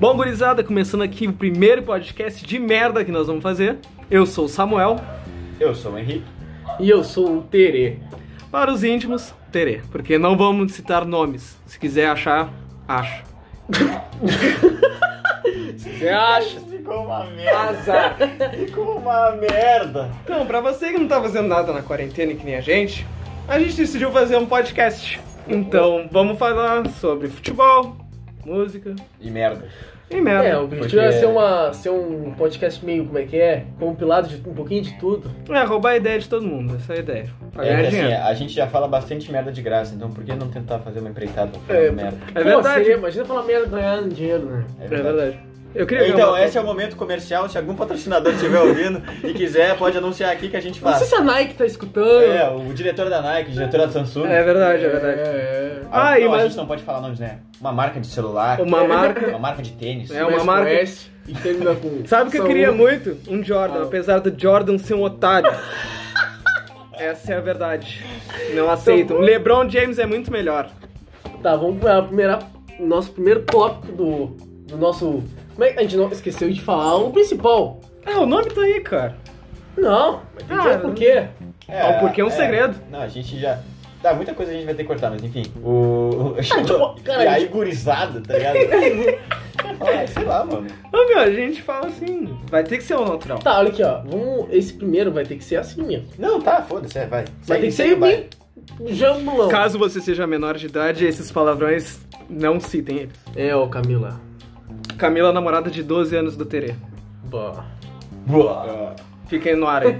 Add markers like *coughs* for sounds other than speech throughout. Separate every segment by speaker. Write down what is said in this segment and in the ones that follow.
Speaker 1: Bom, gurizada, começando aqui o primeiro podcast de merda que nós vamos fazer. Eu sou o Samuel,
Speaker 2: Eu sou o Henrique.
Speaker 3: E eu sou o Terê.
Speaker 1: para os íntimos, Terê, porque não vamos citar nomes. Se quiser achar,
Speaker 3: *laughs*
Speaker 1: acha.
Speaker 3: Você acha?
Speaker 2: Ficou uma merda.
Speaker 3: Azar.
Speaker 1: Ah,
Speaker 2: Ficou uma merda.
Speaker 1: Então, pra você que não tá fazendo nada na quarentena e que nem a gente, a gente decidiu fazer um podcast. Então, vamos falar sobre futebol, música
Speaker 2: E merda.
Speaker 1: e merda.
Speaker 3: É, o objetivo
Speaker 2: Porque-
Speaker 3: é ser, uma, ser um podcast meio, como é que é? Compilado de um pouquinho de tudo.
Speaker 1: É, roubar a ideia de todo mundo, essa é a ideia. Pra
Speaker 2: É
Speaker 1: ganhar
Speaker 2: que, assim,
Speaker 1: dinheiro.
Speaker 2: a gente já fala bastante merda de graça, então por que não tentar fazer uma empreitada falando
Speaker 3: É,
Speaker 2: merda?
Speaker 1: É verdade.
Speaker 3: Você, imagina falar merda ganhando dinheiro, né?
Speaker 2: É
Speaker 1: É
Speaker 2: verdade.
Speaker 1: verdade. Eu queria ganhar
Speaker 2: Então,
Speaker 1: uma
Speaker 2: esse é o momento comercial. Se algum patrocinador estiver ouvindo e quiser, pode anunciar aqui que a gente
Speaker 3: Não sei
Speaker 2: faz.
Speaker 3: se a Nike tá escutando.
Speaker 2: É, o diretor da Nike, o diretor da Samsung.
Speaker 1: É verdade, é verdade.
Speaker 3: É, é.
Speaker 2: Ah,
Speaker 1: Ah, e
Speaker 2: não, a
Speaker 1: mas-
Speaker 2: gente não pode falar nomes, né? Uma marca de celular, uma,
Speaker 1: Uma marca.
Speaker 2: marca de tênis.
Speaker 1: É uma
Speaker 3: Começa com
Speaker 1: marca-
Speaker 3: S E termina com.
Speaker 1: *laughs* Sabe o que eu
Speaker 3: Saúde.
Speaker 1: queria muito? Um Jordan,
Speaker 3: Ah.
Speaker 1: apesar do Jordan ser um otário. Essa é a verdade. Não aceitam. LeBron James é muito melhor.
Speaker 3: Tá, vamos pra primeira. Nosso primeiro tópico do, do nosso. Como é que a gente não esqueceu de falar? O principal.
Speaker 1: Ah, o nome tá aí, cara.
Speaker 3: Não, mas tem que
Speaker 1: Ah,
Speaker 3: dizer por quê?
Speaker 1: Ah, porque é um segredo.
Speaker 2: Não, a gente já. Tá, muita coisa a gente vai ter que cortar, mas enfim. O. *laughs*
Speaker 3: tipo, cara,
Speaker 2: e
Speaker 3: a
Speaker 2: aí,
Speaker 3: gente-
Speaker 2: gurizada, tá
Speaker 3: *laughs*
Speaker 2: ligado? ah, sei lá, mano.
Speaker 1: Não, meu, a gente fala assim. Vai ter que ser o natural.
Speaker 3: Tá, olha aqui, ó. Vamos, esse primeiro vai ter que ser assim mesmo.
Speaker 2: Não, tá, foda-se, é, vai.
Speaker 3: Vai ter que ser
Speaker 1: um.
Speaker 2: vai.
Speaker 3: bem jambulão.
Speaker 1: Caso você seja menor de idade, esses palavrões não citem eles.
Speaker 3: É, ô Camila.
Speaker 1: Camila, namorada de 12 anos do Terê.
Speaker 3: Bah.
Speaker 2: Boa.
Speaker 1: Fiquem no ar aí.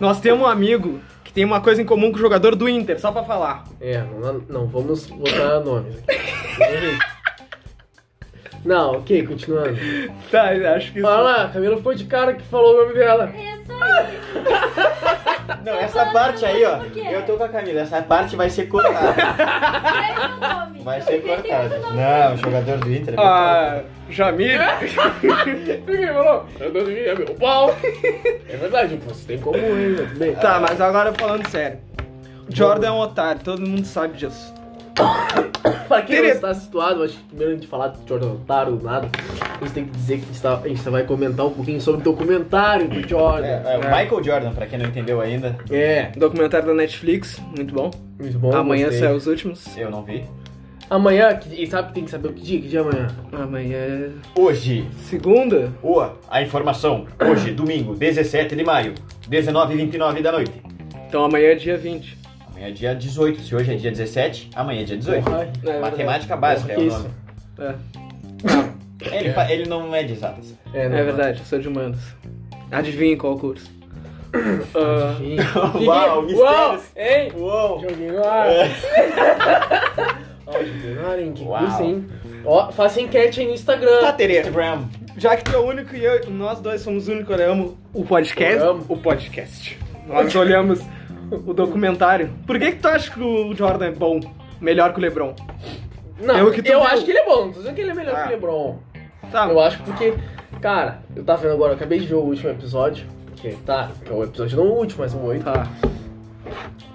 Speaker 1: Nós temos um amigo que tem uma coisa em comum com o jogador do Inter, só pra falar.
Speaker 3: É, não, não vamos botar nomes aqui. Não, ok, continuando.
Speaker 1: Tá, acho que isso.
Speaker 3: Olha lá, a Camila ficou de cara que falou o nome dela.
Speaker 2: Não,
Speaker 3: Tá
Speaker 2: essa parte aí, ó.
Speaker 3: é.
Speaker 2: Eu tô com a Camila, essa parte vai ser
Speaker 3: *laughs*
Speaker 2: cortada. Vai ser né? cortada. Não, o jogador do Inter. é
Speaker 1: Ah, Jamil.
Speaker 3: Ninguém falou. Eu dormi, é meu pau. É verdade, você tem como hein, mas tudo
Speaker 1: *laughs*
Speaker 3: bem.
Speaker 1: Tá, mas agora falando sério. O Jordan é um otário, todo mundo sabe disso.
Speaker 3: Pra quem não
Speaker 1: Tere-
Speaker 3: está situado, acho que primeiro a gente falar do Jordan Otário, nada, a gente tem que dizer que a gente, tá- a gente vai comentar um pouquinho sobre o documentário do Jordan.
Speaker 2: É, é, o Michael Jordan, pra quem não entendeu ainda,
Speaker 3: É,
Speaker 1: Documentário da Netflix, muito bom.
Speaker 3: muito bom.
Speaker 1: amanhã
Speaker 3: gostei.
Speaker 1: saem os últimos.
Speaker 2: eu não vi.
Speaker 3: Amanhã, que- e sabe, tem que saber o que dia, que dia é amanhã.
Speaker 1: Amanhã é
Speaker 2: Hoje,
Speaker 1: segunda?
Speaker 2: o, a informação. Hoje, domingo, 17 de maio, 19h29 da noite.
Speaker 1: Então amanhã é dia 20.
Speaker 2: Amanhã é dia 18. Se hoje é dia 17, amanhã é dia 18.
Speaker 3: Porra, é
Speaker 2: Matemática básica é
Speaker 3: Porra,
Speaker 2: o
Speaker 3: que
Speaker 2: nome.
Speaker 1: É,
Speaker 2: Ele, fa- ele não é de exatas.
Speaker 3: É, não,
Speaker 1: é verdade, eu sou de humanos. Adivinha qual
Speaker 3: *coughs*
Speaker 1: curso? Ah,
Speaker 2: *laughs*
Speaker 3: Enfim.
Speaker 2: Uau,
Speaker 3: Uau,
Speaker 2: mistérios.
Speaker 3: hein?
Speaker 2: Uou! É.
Speaker 3: Joguei no ar. *laughs* Ó, joguei no ar, hein? Que
Speaker 2: Uau.
Speaker 3: curso, hein? Ó, faça enquete aí no Instagram.
Speaker 2: Tá, Tere. Instagram.
Speaker 1: já que tu é o único e eu, nós dois somos os únicos que olhamos o podcast.
Speaker 3: Eu amo.
Speaker 1: O podcast. Nós olhamos o documentário. Por que, que tu acha que o Jordan é bom? Melhor que o Lebron?
Speaker 3: Não,
Speaker 1: É o que tu
Speaker 3: eu
Speaker 1: viu.
Speaker 3: acho que ele é bom. Não tô dizendo que ele é melhor
Speaker 1: Ah.
Speaker 3: que o LeBron.
Speaker 1: Tá,
Speaker 3: Eu acho porque, cara, eu tava vendo agora, eu acabei de ver o último episódio. Que tá, que é o episódio não o último, mas o oito.
Speaker 1: tá.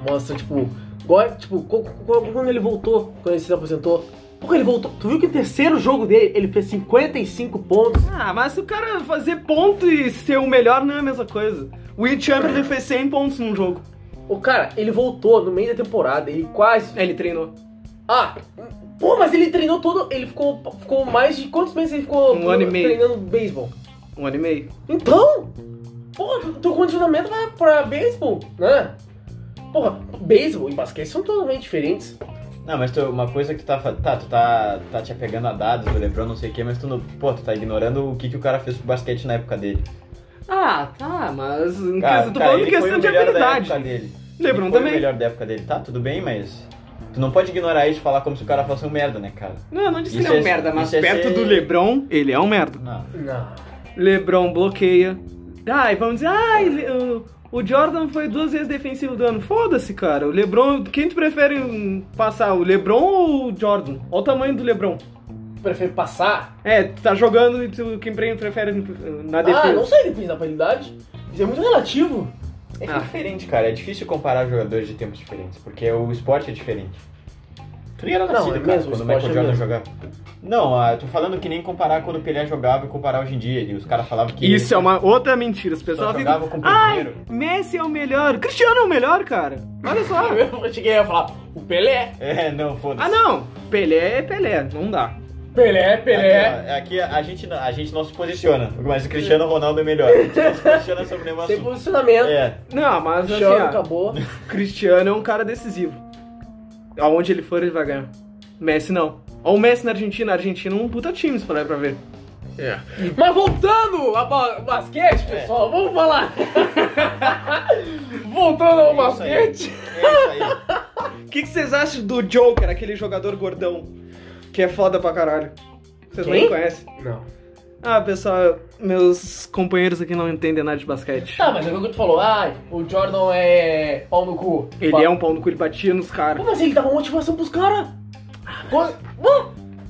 Speaker 3: Mostra, tipo, agora, tipo, co- co- quando ele voltou, quando ele se aposentou. Porque ele voltou. Tu viu que o terceiro jogo dele, ele fez 55 pontos.
Speaker 1: Ah, mas o cara fazer ponto e ser o melhor não é a mesma coisa. O Will Chamberlain fez 100 pontos num jogo.
Speaker 3: O cara, ele voltou no meio da temporada, ele quase.
Speaker 1: Ele treinou.
Speaker 3: Ah! Pô, mas ele treinou todo. Ele ficou, ficou mais de. Quantos meses ele ficou
Speaker 1: Um ano e meio.
Speaker 3: treinando beisebol?
Speaker 1: Um ano e meio.
Speaker 3: Então! Porra, teu condicionamento vai pra beisebol, né? Porra, beisebol e basquete são totalmente diferentes.
Speaker 2: Não, mas tu, uma coisa que tu tá fa- Tá, tu tá, tá te apegando a dados do Lebron, não sei o que, mas tu não. Pô, tu tá ignorando o que, que o cara fez pro basquete na época dele.
Speaker 1: Ah, tá, mas em
Speaker 2: Cara,
Speaker 1: questão, tô falando
Speaker 2: cara,
Speaker 1: em
Speaker 2: ele foi
Speaker 1: questão
Speaker 2: o
Speaker 1: de
Speaker 2: melhor da
Speaker 1: habilidade.
Speaker 2: época dele.
Speaker 1: Lebron
Speaker 2: Ele foi
Speaker 1: também.
Speaker 2: o melhor da época dele. Tá, tudo bem, mas. Tu não pode ignorar isso e falar como se o cara fosse um merda, né, cara?
Speaker 1: Não, não disse que
Speaker 2: Isso
Speaker 1: ele é um
Speaker 2: é-
Speaker 1: merda, mas
Speaker 2: isso é
Speaker 1: perto
Speaker 2: ser-
Speaker 1: do Lebron, ele é um merda.
Speaker 2: Não.
Speaker 3: Não.
Speaker 1: Lebron bloqueia. Ai, vamos dizer, ai, Le- o- o Jordan foi duas vezes defensivo do ano. Foda-se, cara. O Lebron, quem tu prefere hum, passar, o Lebron ou o Jordan? Olha o tamanho do Lebron.
Speaker 3: Prefere passar?
Speaker 1: É, tu tá jogando e tu, quem prefere na defesa.
Speaker 3: Ah, não sei, depende da habilidade. Isso é muito relativo.
Speaker 2: É que
Speaker 1: Ah.
Speaker 2: é diferente, cara. É difícil comparar jogadores de tempos diferentes, porque o esporte é diferente. Tu nem era
Speaker 3: Não,
Speaker 2: nascido,
Speaker 3: é
Speaker 2: cara,
Speaker 3: mesmo, o
Speaker 2: quando o
Speaker 3: esporte
Speaker 2: Michael
Speaker 3: é
Speaker 2: Jordan
Speaker 3: mesmo.
Speaker 2: jogava. Não, ah, eu tô falando que nem comparar quando o Pelé jogava e comparar hoje em dia. E os caras falavam que.
Speaker 1: Isso é uma outra mentira. Os pessoal
Speaker 2: Só
Speaker 1: ficam,
Speaker 2: jogava com o
Speaker 1: Ai,
Speaker 2: primeiro.
Speaker 1: Messi é o melhor. Cristiano é o melhor, cara. Olha só.
Speaker 3: *laughs* Eu cheguei a falar, o Pelé.
Speaker 2: *laughs* É, não, foda-se.
Speaker 1: ah, não. Pelé é Pelé. Não dá.
Speaker 3: Pelé, Pelé.
Speaker 2: Aqui, ó, aqui a, gente, não- a gente não se posiciona, mas o Cristiano Ronaldo é melhor. A gente não se posiciona sobre nenhum
Speaker 3: Sem
Speaker 2: assunto.
Speaker 3: posicionamento.
Speaker 2: É,
Speaker 1: Não, mas assim,
Speaker 3: Chama,
Speaker 1: ó,
Speaker 3: acabou.
Speaker 1: Cristiano é um cara decisivo. Aonde ele for, ele vai ganhar. Messi não. Olha o Messi na Argentina. A Argentina é um puta time, se falar pra ver.
Speaker 3: É. Mas voltando ao ba- basquete, pessoal, vamos falar. *laughs* voltando ao
Speaker 2: É isso aí.
Speaker 3: basquete.
Speaker 2: é isso aí.
Speaker 1: O que que vocês acham do Joker, aquele jogador gordão? Que é foda pra caralho. Vocês
Speaker 3: Quem?
Speaker 1: nem conhecem.
Speaker 3: Não.
Speaker 1: Ah, pessoal, meus companheiros aqui não entendem nada de basquete.
Speaker 3: Tá, mas é o que tu falou. Ah, o Jordan é pau no cu.
Speaker 1: Ele é um pau no cu, ele batia nos caras.
Speaker 3: Pô, mas assim? ele dava motivação pros caras. Ué?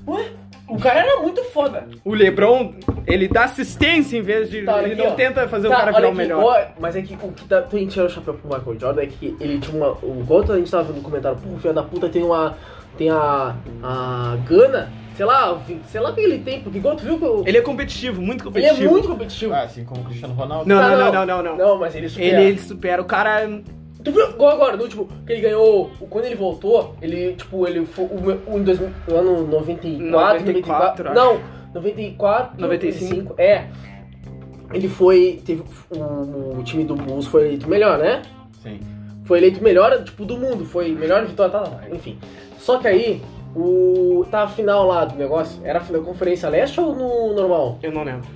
Speaker 3: Ué? O cara era muito foda.
Speaker 1: O Lebron, ele dá assistência em vez de.
Speaker 3: Tá, olha
Speaker 1: ele
Speaker 3: aqui,
Speaker 1: não
Speaker 3: ó.
Speaker 1: tenta fazer
Speaker 3: Tá,
Speaker 1: o cara
Speaker 3: olha
Speaker 1: virar o
Speaker 3: aqui,
Speaker 1: melhor.
Speaker 3: ó, mas é que o que dá, tu tem que tirar o chapéu pro Michael Jordan é que ele tinha uma. o- Enquanto a gente tava vendo o comentário, pô, filho da puta tem uma. Tem a. A Gana. Sei lá, sei lá o que ele tem, porque igual tu viu que o-
Speaker 1: Ele é competitivo, muito
Speaker 3: ele é
Speaker 1: competitivo.
Speaker 3: muito competitivo.
Speaker 2: Ah, assim como o Cristiano Ronaldo.
Speaker 1: Não,
Speaker 3: Tá,
Speaker 1: não, não, não, não, não.
Speaker 3: Não, mas ele supera.
Speaker 1: Ele, ele supera. O cara. é-
Speaker 3: Tu viu igual agora, no último, que ele ganhou, o- quando ele voltou, ele, tipo, ele foi o, meu- o, em 2000 no ano
Speaker 1: 94,
Speaker 3: 94, 94,
Speaker 1: acho.
Speaker 3: não, 94,
Speaker 1: 95.
Speaker 3: é. Ele foi, teve, o, o time do Bulls foi eleito melhor, né?
Speaker 2: Sim.
Speaker 3: Foi eleito melhor, tipo, do mundo, foi melhor vitória, tá, tá, tá, enfim. Só que aí, o, tá a final lá do negócio, era a final Conferência Leste ou no normal?
Speaker 1: Eu não lembro.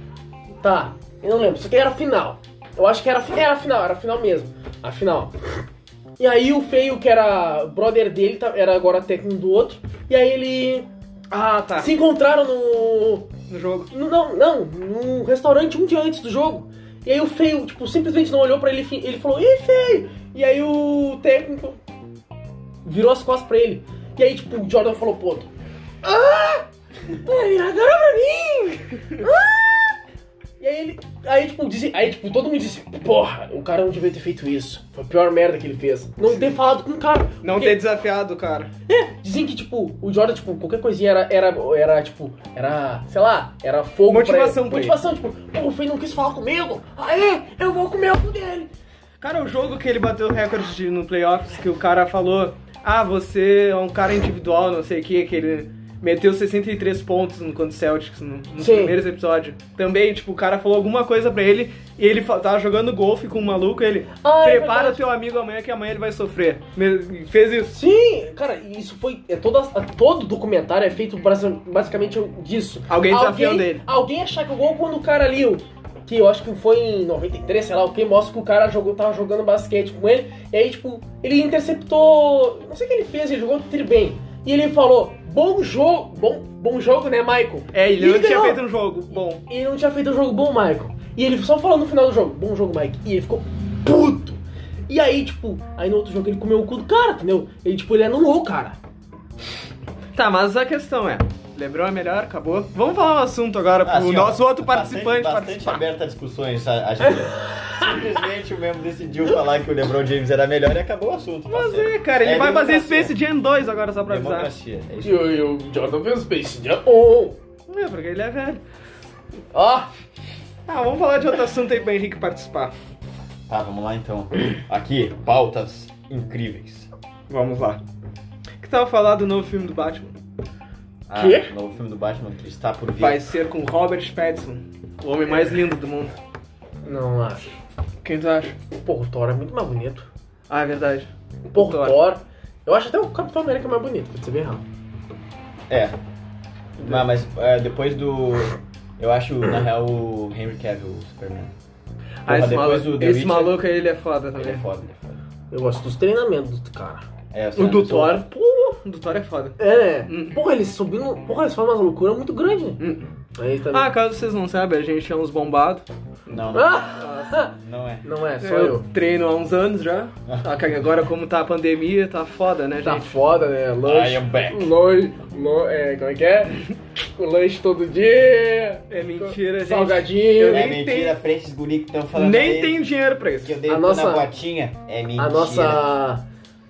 Speaker 3: Tá, eu não lembro, só que era final. Eu acho que era, fi- era final, era final mesmo. A final. E aí o feio, que era brother dele, tá- era agora técnico do outro, e aí ele.
Speaker 1: Ah, tá.
Speaker 3: Se encontraram no.
Speaker 1: No jogo.
Speaker 3: no- Não, não, num restaurante um dia antes do jogo. E aí o feio, tipo, simplesmente não olhou pra ele e fi- ele falou, ih, feio! E aí o técnico virou as costas pra ele. E aí, tipo, o Jordan falou, pô, tu- ah! Tá virando pra mim! Ah!" E aí ele. Aí, tipo, disse, aí, tipo, todo mundo disse, porra, o cara não devia ter feito isso. Foi a pior merda que ele fez. Não ter falado com o cara.
Speaker 1: Não
Speaker 3: Porque-
Speaker 1: ter desafiado o cara.
Speaker 3: É, *laughs* dizem que, tipo, o Jordan, tipo, qualquer coisinha era, era, era tipo, era, sei lá, era fogo.
Speaker 1: Motivação pra
Speaker 3: pra
Speaker 1: ele.
Speaker 3: ele. Motivação, tipo, pô, o Fê não quis falar comigo. Aê, eu vou comer o cu dele.
Speaker 1: Cara, o jogo que ele bateu o recorde de- no playoffs, que o cara falou, ah, você é um cara individual, não sei o que, que ele meteu 63 pontos no contra o Celtics no, nos
Speaker 3: Sim.
Speaker 1: primeiros episódios. Também, tipo, o cara falou alguma coisa pra ele e ele fa- tava jogando golfe com um maluco, ele
Speaker 3: Ah, é
Speaker 1: prepara
Speaker 3: verdade.
Speaker 1: teu amigo amanhã que amanhã ele vai sofrer. Me- Fez isso.
Speaker 3: Sim, cara, e isso foi. É toda, todo documentário é feito basi- basicamente disso.
Speaker 1: Alguém desafiando ele.
Speaker 3: Alguém achar que o gol quando o cara ali, o- que eu acho que foi em 93, sei lá o que, mostra que o cara jogou, tava jogando basquete com ele. E aí, tipo, ele interceptou. Não sei o que ele fez, ele jogou tri bem. E ele falou: bom jogo, bom, bom jogo, né, Michael?
Speaker 1: É, ele,
Speaker 3: E
Speaker 1: não tinha
Speaker 3: ganhou.
Speaker 1: feito um jogo bom.
Speaker 3: Ele não tinha feito um jogo bom, Michael. E ele só falou no final do jogo, bom jogo, Mike. E ele ficou puto. E aí, tipo, aí no outro jogo ele comeu o cu do cara, entendeu? Ele, tipo, ele anulou o cara.
Speaker 1: Tá, mas a questão é, Lebron é melhor, acabou. Vamos falar um assunto agora pro
Speaker 2: Ah, assim, ó,
Speaker 1: nosso outro
Speaker 2: bastante-
Speaker 1: participante
Speaker 2: Bastante,
Speaker 1: participar.
Speaker 2: aberta a discussões, a- acho
Speaker 1: *laughs*
Speaker 2: que. Simplesmente o membro decidiu falar que o LeBron James era melhor e acabou o assunto. tá
Speaker 1: Mas
Speaker 2: certo.
Speaker 1: é, cara, ele
Speaker 2: É
Speaker 1: vai fazer
Speaker 2: democracia.
Speaker 1: Space Jam 2 agora só pra avisar.
Speaker 2: Democracia. É isso.
Speaker 3: E o, e o Jordan fez Space Jam. Oh,
Speaker 1: É, porque ele é velho.
Speaker 3: ó,
Speaker 1: Ah, vamos falar de outro assunto aí pro Henrique participar.
Speaker 2: Tá, vamos lá então. Aqui, pautas incríveis.
Speaker 1: Vamos lá. O que tava falando do novo filme do Batman?
Speaker 2: Ah,
Speaker 3: Quê?
Speaker 2: o novo filme do Batman que está por vir.
Speaker 1: Vai ser com Robert Pattinson, o homem mais lindo do mundo.
Speaker 3: não acho.
Speaker 1: Quem tu acha?
Speaker 3: Pô, o Thor é muito mais bonito.
Speaker 1: Ah, é verdade.
Speaker 3: Pô, o
Speaker 1: Thor.
Speaker 3: Thor. Eu acho até o Capitão América mais bonito, pra você ver errado.
Speaker 2: É. Mas, mas, é, depois do. Eu acho, na real, o Henry Cavill, o Superman.
Speaker 1: Ah,
Speaker 2: Porra,
Speaker 1: esse,
Speaker 2: depois
Speaker 1: maluco,
Speaker 2: do The
Speaker 1: esse
Speaker 2: Witcher-
Speaker 1: maluco aí, ele é foda
Speaker 2: Ele
Speaker 1: também.
Speaker 2: é foda, ele é foda.
Speaker 3: Eu gosto dos treinamentos do cara.
Speaker 2: É,
Speaker 1: O do
Speaker 2: Superman-
Speaker 1: Thor, pô, o do Thor é foda.
Speaker 3: É, né?
Speaker 1: Hum.
Speaker 3: Porra, eles subindo. Porra, eles fazem uma loucura muito grande. né?
Speaker 1: Hum.
Speaker 3: Aí também.
Speaker 1: Ah, caso vocês não saibam, a gente é uns bombados.
Speaker 2: Não, não,
Speaker 3: Ah!
Speaker 2: não é.
Speaker 3: Não é, só
Speaker 1: eu,
Speaker 3: eu.
Speaker 1: treino há uns anos já. Só que agora, como tá a pandemia, tá foda, né,
Speaker 3: Tá
Speaker 1: gente?
Speaker 3: foda, né? Lanche.
Speaker 2: I am back.
Speaker 3: Lanche. lan- é, como é
Speaker 2: *laughs*
Speaker 3: que é? Com lanche todo dia.
Speaker 1: É mentira, gente.
Speaker 3: Salgadinho.
Speaker 1: Eu
Speaker 2: É
Speaker 1: nem
Speaker 2: mentira pra esses guris que estão falando
Speaker 1: Nem
Speaker 2: aí
Speaker 1: tenho dinheiro pra isso.
Speaker 2: que eu dei
Speaker 3: A
Speaker 2: a
Speaker 3: nossa-
Speaker 2: na botinha. É mentira.
Speaker 3: A nossa.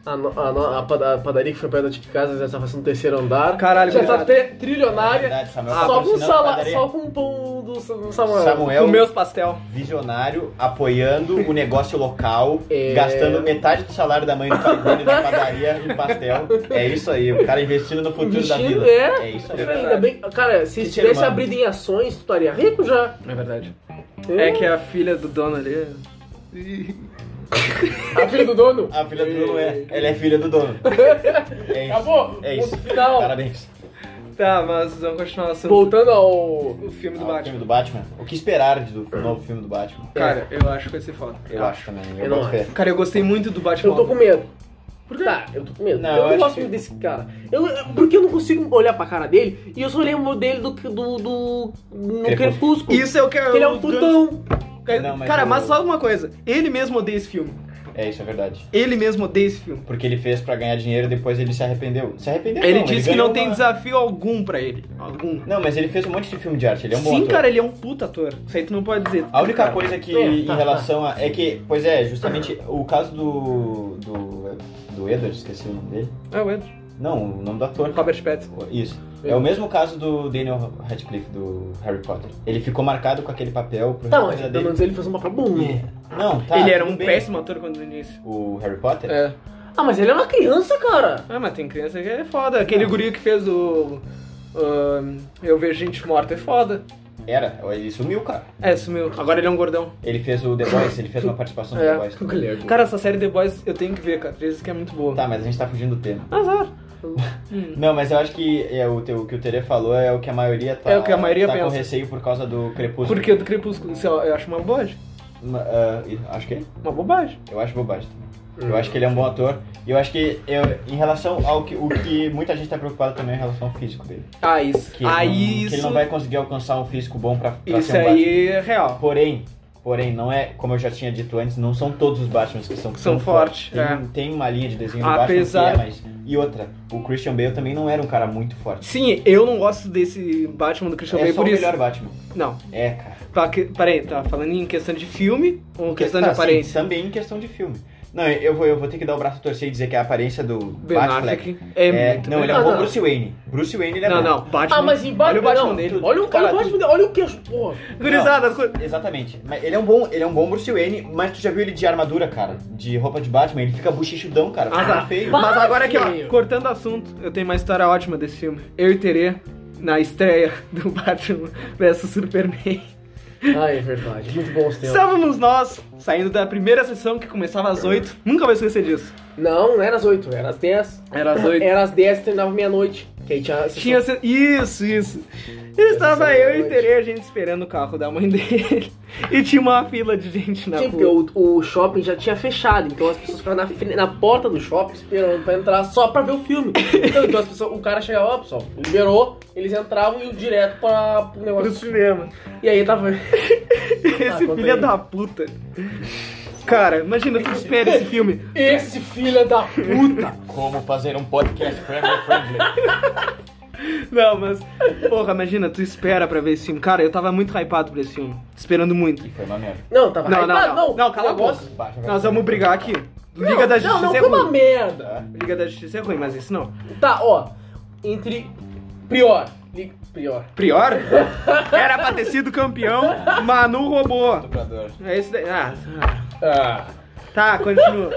Speaker 3: A, no- a no- a pada- a padaria que foi perto daqui de casa já está fazendo terceiro andar.
Speaker 1: Caralho,
Speaker 3: já tá
Speaker 1: verdade.
Speaker 3: tri- trilionária.
Speaker 2: É Verdade, Samuel
Speaker 3: só, com
Speaker 2: patrocinando a
Speaker 3: sala,
Speaker 2: padaria.
Speaker 3: só com o pão do, Sa- do Samuel.
Speaker 2: Samuel.
Speaker 1: Com meus pastel.
Speaker 2: Visionário apoiando o negócio local,
Speaker 3: *laughs* É.
Speaker 2: gastando metade do salário da mãe do Fagone na padaria em pastel. É isso aí, o cara investindo no futuro da
Speaker 3: Investindo,
Speaker 2: vila.
Speaker 3: é.
Speaker 2: isso aí.
Speaker 1: É verdade.
Speaker 3: Ainda bem, cara, se
Speaker 2: Que ser
Speaker 3: tivesse
Speaker 2: humano.
Speaker 3: abrido em ações, tu estaria rico já. Hum?
Speaker 1: É verdade. É que a filha do dono ali. é
Speaker 3: a filha Tá do dono.
Speaker 2: A filha do dono é. Ela é filha do dono. *laughs* É isso.
Speaker 3: Acabou.
Speaker 2: É
Speaker 3: Ponto
Speaker 2: isso.
Speaker 3: final.
Speaker 2: Parabéns.
Speaker 1: Tá, mas vamos continuar o assunto.
Speaker 3: Voltando ao.
Speaker 1: O filme do
Speaker 2: Ah, o
Speaker 1: Batman.
Speaker 2: filme do Batman. O que esperar do novo filme do Batman?
Speaker 1: Cara, eu acho que vai ser foda.
Speaker 2: Eu acho também. Eu,
Speaker 3: Eu não
Speaker 2: boto fé.
Speaker 1: Cara, eu gostei muito do Batman.
Speaker 3: Eu tô com medo. Por quê? Tá, eu tô com medo.
Speaker 2: Não, eu
Speaker 3: eu não
Speaker 2: acho
Speaker 3: gosto
Speaker 2: que-
Speaker 3: muito desse cara. Eu, porque eu não consigo olhar pra cara dele e eu só lembro dele do. do. do no
Speaker 2: Crepúsculo.
Speaker 3: Crepúsculo.
Speaker 1: Isso é o que
Speaker 3: Ele é um putão.
Speaker 1: Cara,
Speaker 2: Não, mas
Speaker 1: cara,
Speaker 2: eu-
Speaker 1: mas só uma coisa. Ele mesmo odeia esse filme.
Speaker 2: É isso, é verdade.
Speaker 1: Ele mesmo odeia esse filme.
Speaker 2: Porque ele fez pra ganhar dinheiro e depois ele se arrependeu. Se arrependeu
Speaker 1: Ele
Speaker 2: não,
Speaker 1: disse que não
Speaker 2: ganhou
Speaker 1: tem
Speaker 2: uma-
Speaker 1: desafio algum pra ele. Algum.
Speaker 2: Não, mas ele fez um monte de filme de arte, ele é um bom
Speaker 1: Sim,
Speaker 2: ator.
Speaker 1: cara, ele é um puta ator. Isso aí tu não pode dizer.
Speaker 2: A única
Speaker 1: Cara,
Speaker 2: coisa que
Speaker 3: É,
Speaker 2: em
Speaker 3: tá, tá.
Speaker 2: relação a. É que, pois é, justamente o caso do. do. do Edward, esqueci o nome dele.
Speaker 1: É o Ed.
Speaker 2: Não, o nome do ator.
Speaker 1: Robert Pattinson.
Speaker 2: Isso. É o mesmo caso do Daniel Radcliffe do Harry Potter. Ele ficou marcado com aquele papel pro resto
Speaker 3: Tá,
Speaker 2: da
Speaker 3: mas
Speaker 2: vida
Speaker 3: pelo menos ele fez uma papel bom.
Speaker 1: É.
Speaker 2: Não, tá.
Speaker 1: ele era
Speaker 2: tudo
Speaker 1: um
Speaker 2: bem.
Speaker 1: péssimo ator quando no início.
Speaker 2: O Harry Potter?
Speaker 1: É.
Speaker 3: Ah, mas ele é uma criança, cara.
Speaker 1: Ah, mas tem criança que é foda. Aquele guri que fez o. ahn, eu vejo gente morta é foda.
Speaker 2: Era. Ele sumiu, cara.
Speaker 1: É, sumiu. Agora ele é um gordão.
Speaker 2: Ele fez o The Voice, ele fez uma participação no
Speaker 1: É.
Speaker 2: The Voice.
Speaker 1: Cara, essa série The Boys eu tenho que ver, cara. Dizem que é muito boa.
Speaker 2: Tá, mas a gente tá fugindo do tema.
Speaker 1: Azar.
Speaker 2: Não, mas eu acho que é, o, teu- o que o Tere falou é o que a maioria tá,
Speaker 1: É o que a maioria
Speaker 2: tá com
Speaker 1: pensa.
Speaker 2: receio por causa do Crepúsculo.
Speaker 1: Porque do Crepúsculo, isso eu eu acho uma bobagem.
Speaker 2: Ma- ah, acho que é.
Speaker 1: Uma bobagem.
Speaker 2: Eu acho bobagem. Eu acho que ele é um bom ator. E eu acho que eu, em relação ao que, o que muita gente tá preocupada também é em relação ao físico dele.
Speaker 1: Ah, isso.
Speaker 2: Que, ele
Speaker 1: ah,
Speaker 2: não,
Speaker 1: isso.
Speaker 2: que ele não vai conseguir alcançar um físico bom pra, pra
Speaker 1: Isso
Speaker 2: ser um Batman.
Speaker 1: aí é real.
Speaker 2: Porém, porém, não é, como eu já tinha dito antes, não são todos os Batmans que são
Speaker 1: São
Speaker 2: tão
Speaker 1: fortes, é.
Speaker 2: Tem, tem uma linha de desenho do
Speaker 1: Apesar-
Speaker 2: Batman que é, mas... E outra, o Christian Bale também não era um cara muito forte.
Speaker 1: Sim, eu não gosto desse Batman do Christian
Speaker 2: é
Speaker 1: Bale
Speaker 2: só
Speaker 1: por
Speaker 2: o
Speaker 1: isso.
Speaker 2: melhor Batman.
Speaker 1: Não.
Speaker 2: É, cara.
Speaker 1: Pra que- Peraí, tá falando em questão de filme ou questão
Speaker 2: Tá,
Speaker 1: de
Speaker 2: sim,
Speaker 1: aparência?
Speaker 2: também em questão de filme. Não, eu vou, eu vou ter que dar o braço a torcer e dizer que a aparência do
Speaker 1: Ben
Speaker 2: Batfleck
Speaker 1: Affleck é,
Speaker 2: É,
Speaker 1: muito
Speaker 2: não,
Speaker 1: bem.
Speaker 2: ele é
Speaker 3: Ah,
Speaker 2: um bom
Speaker 3: não.
Speaker 2: Bruce Wayne. Bruce Wayne ele é
Speaker 1: Não,
Speaker 2: bom.
Speaker 1: não, Batman.
Speaker 3: Ah, mas em Batman.
Speaker 1: Olha o Batman
Speaker 3: não.
Speaker 1: dele.
Speaker 3: Olha um o,
Speaker 2: Cara,
Speaker 3: olha o Batman dele. Olha o queixo. Porra.
Speaker 1: Gurizada, co-
Speaker 2: Exatamente. Mas ele é um bom, ele é um bom Bruce Wayne, mas tu já viu ele de armadura, cara? De roupa de Batman, ele fica bochichudão, cara.
Speaker 1: Ah,
Speaker 2: Fica
Speaker 1: tá.
Speaker 2: feio.
Speaker 3: Ba-
Speaker 1: Mas agora aqui,
Speaker 3: Feio.
Speaker 1: ó, cortando assunto, eu tenho uma história ótima desse filme. Eu e Terê, na estreia *laughs* do Batman vs Superman,
Speaker 3: Ah, é verdade. Muito bom os tempos.
Speaker 1: estávamos nós saindo da primeira sessão que começava às 8. Nunca vou esquecer disso.
Speaker 3: Não, não era às 8, era às 10.
Speaker 1: Era às 8.
Speaker 3: Era às 10 e terminava meia-noite. Que aí tinha.
Speaker 1: Tinha se- Isso, isso. Estava eu e Terê, a gente esperando o carro da mãe *laughs* dele. E tinha uma fila de gente na
Speaker 3: Sim, porque
Speaker 1: rua.
Speaker 3: o, o shopping já tinha fechado, então as pessoas ficaram na, fre- na porta do shopping esperando pra entrar só pra ver o filme. Então, então as pessoas, o cara chegava, ó, pessoal, liberou, eles entravam e iam direto pra, pro
Speaker 1: Pro
Speaker 3: negócio.
Speaker 1: cinema.
Speaker 3: E aí tava. *laughs*
Speaker 1: Esse
Speaker 3: Ah, conta
Speaker 1: filho
Speaker 3: aí.
Speaker 1: da puta. Cara, imagina, tu espera esse filme.
Speaker 3: Esse filho da puta!
Speaker 2: Como fazer um podcast family friendly.
Speaker 1: Não, mas. Porra, imagina, tu espera pra ver esse filme. Cara, eu tava muito hypado pra esse filme. Esperando muito.
Speaker 2: *laughs* Foi uma merda.
Speaker 3: Não, tava.
Speaker 1: Não, não,
Speaker 3: Ah,
Speaker 1: não. Não, cala a
Speaker 3: negócio-
Speaker 1: boca.
Speaker 2: Baixa, vai.
Speaker 1: Nós vamos brigar aqui.
Speaker 3: Não,
Speaker 1: Liga da Justiça
Speaker 3: Não, não,
Speaker 1: é
Speaker 3: foi uma
Speaker 1: ruim.
Speaker 3: merda.
Speaker 1: Liga da Justiça é ruim, mas isso não.
Speaker 3: Tá, ó. Entre. Prior. li- Prior.
Speaker 1: Prior? Era pra ter sido campeão, Manu roubou.
Speaker 2: Estuprador.
Speaker 1: É isso daí. Ah,
Speaker 3: Ah.
Speaker 1: tá, continua.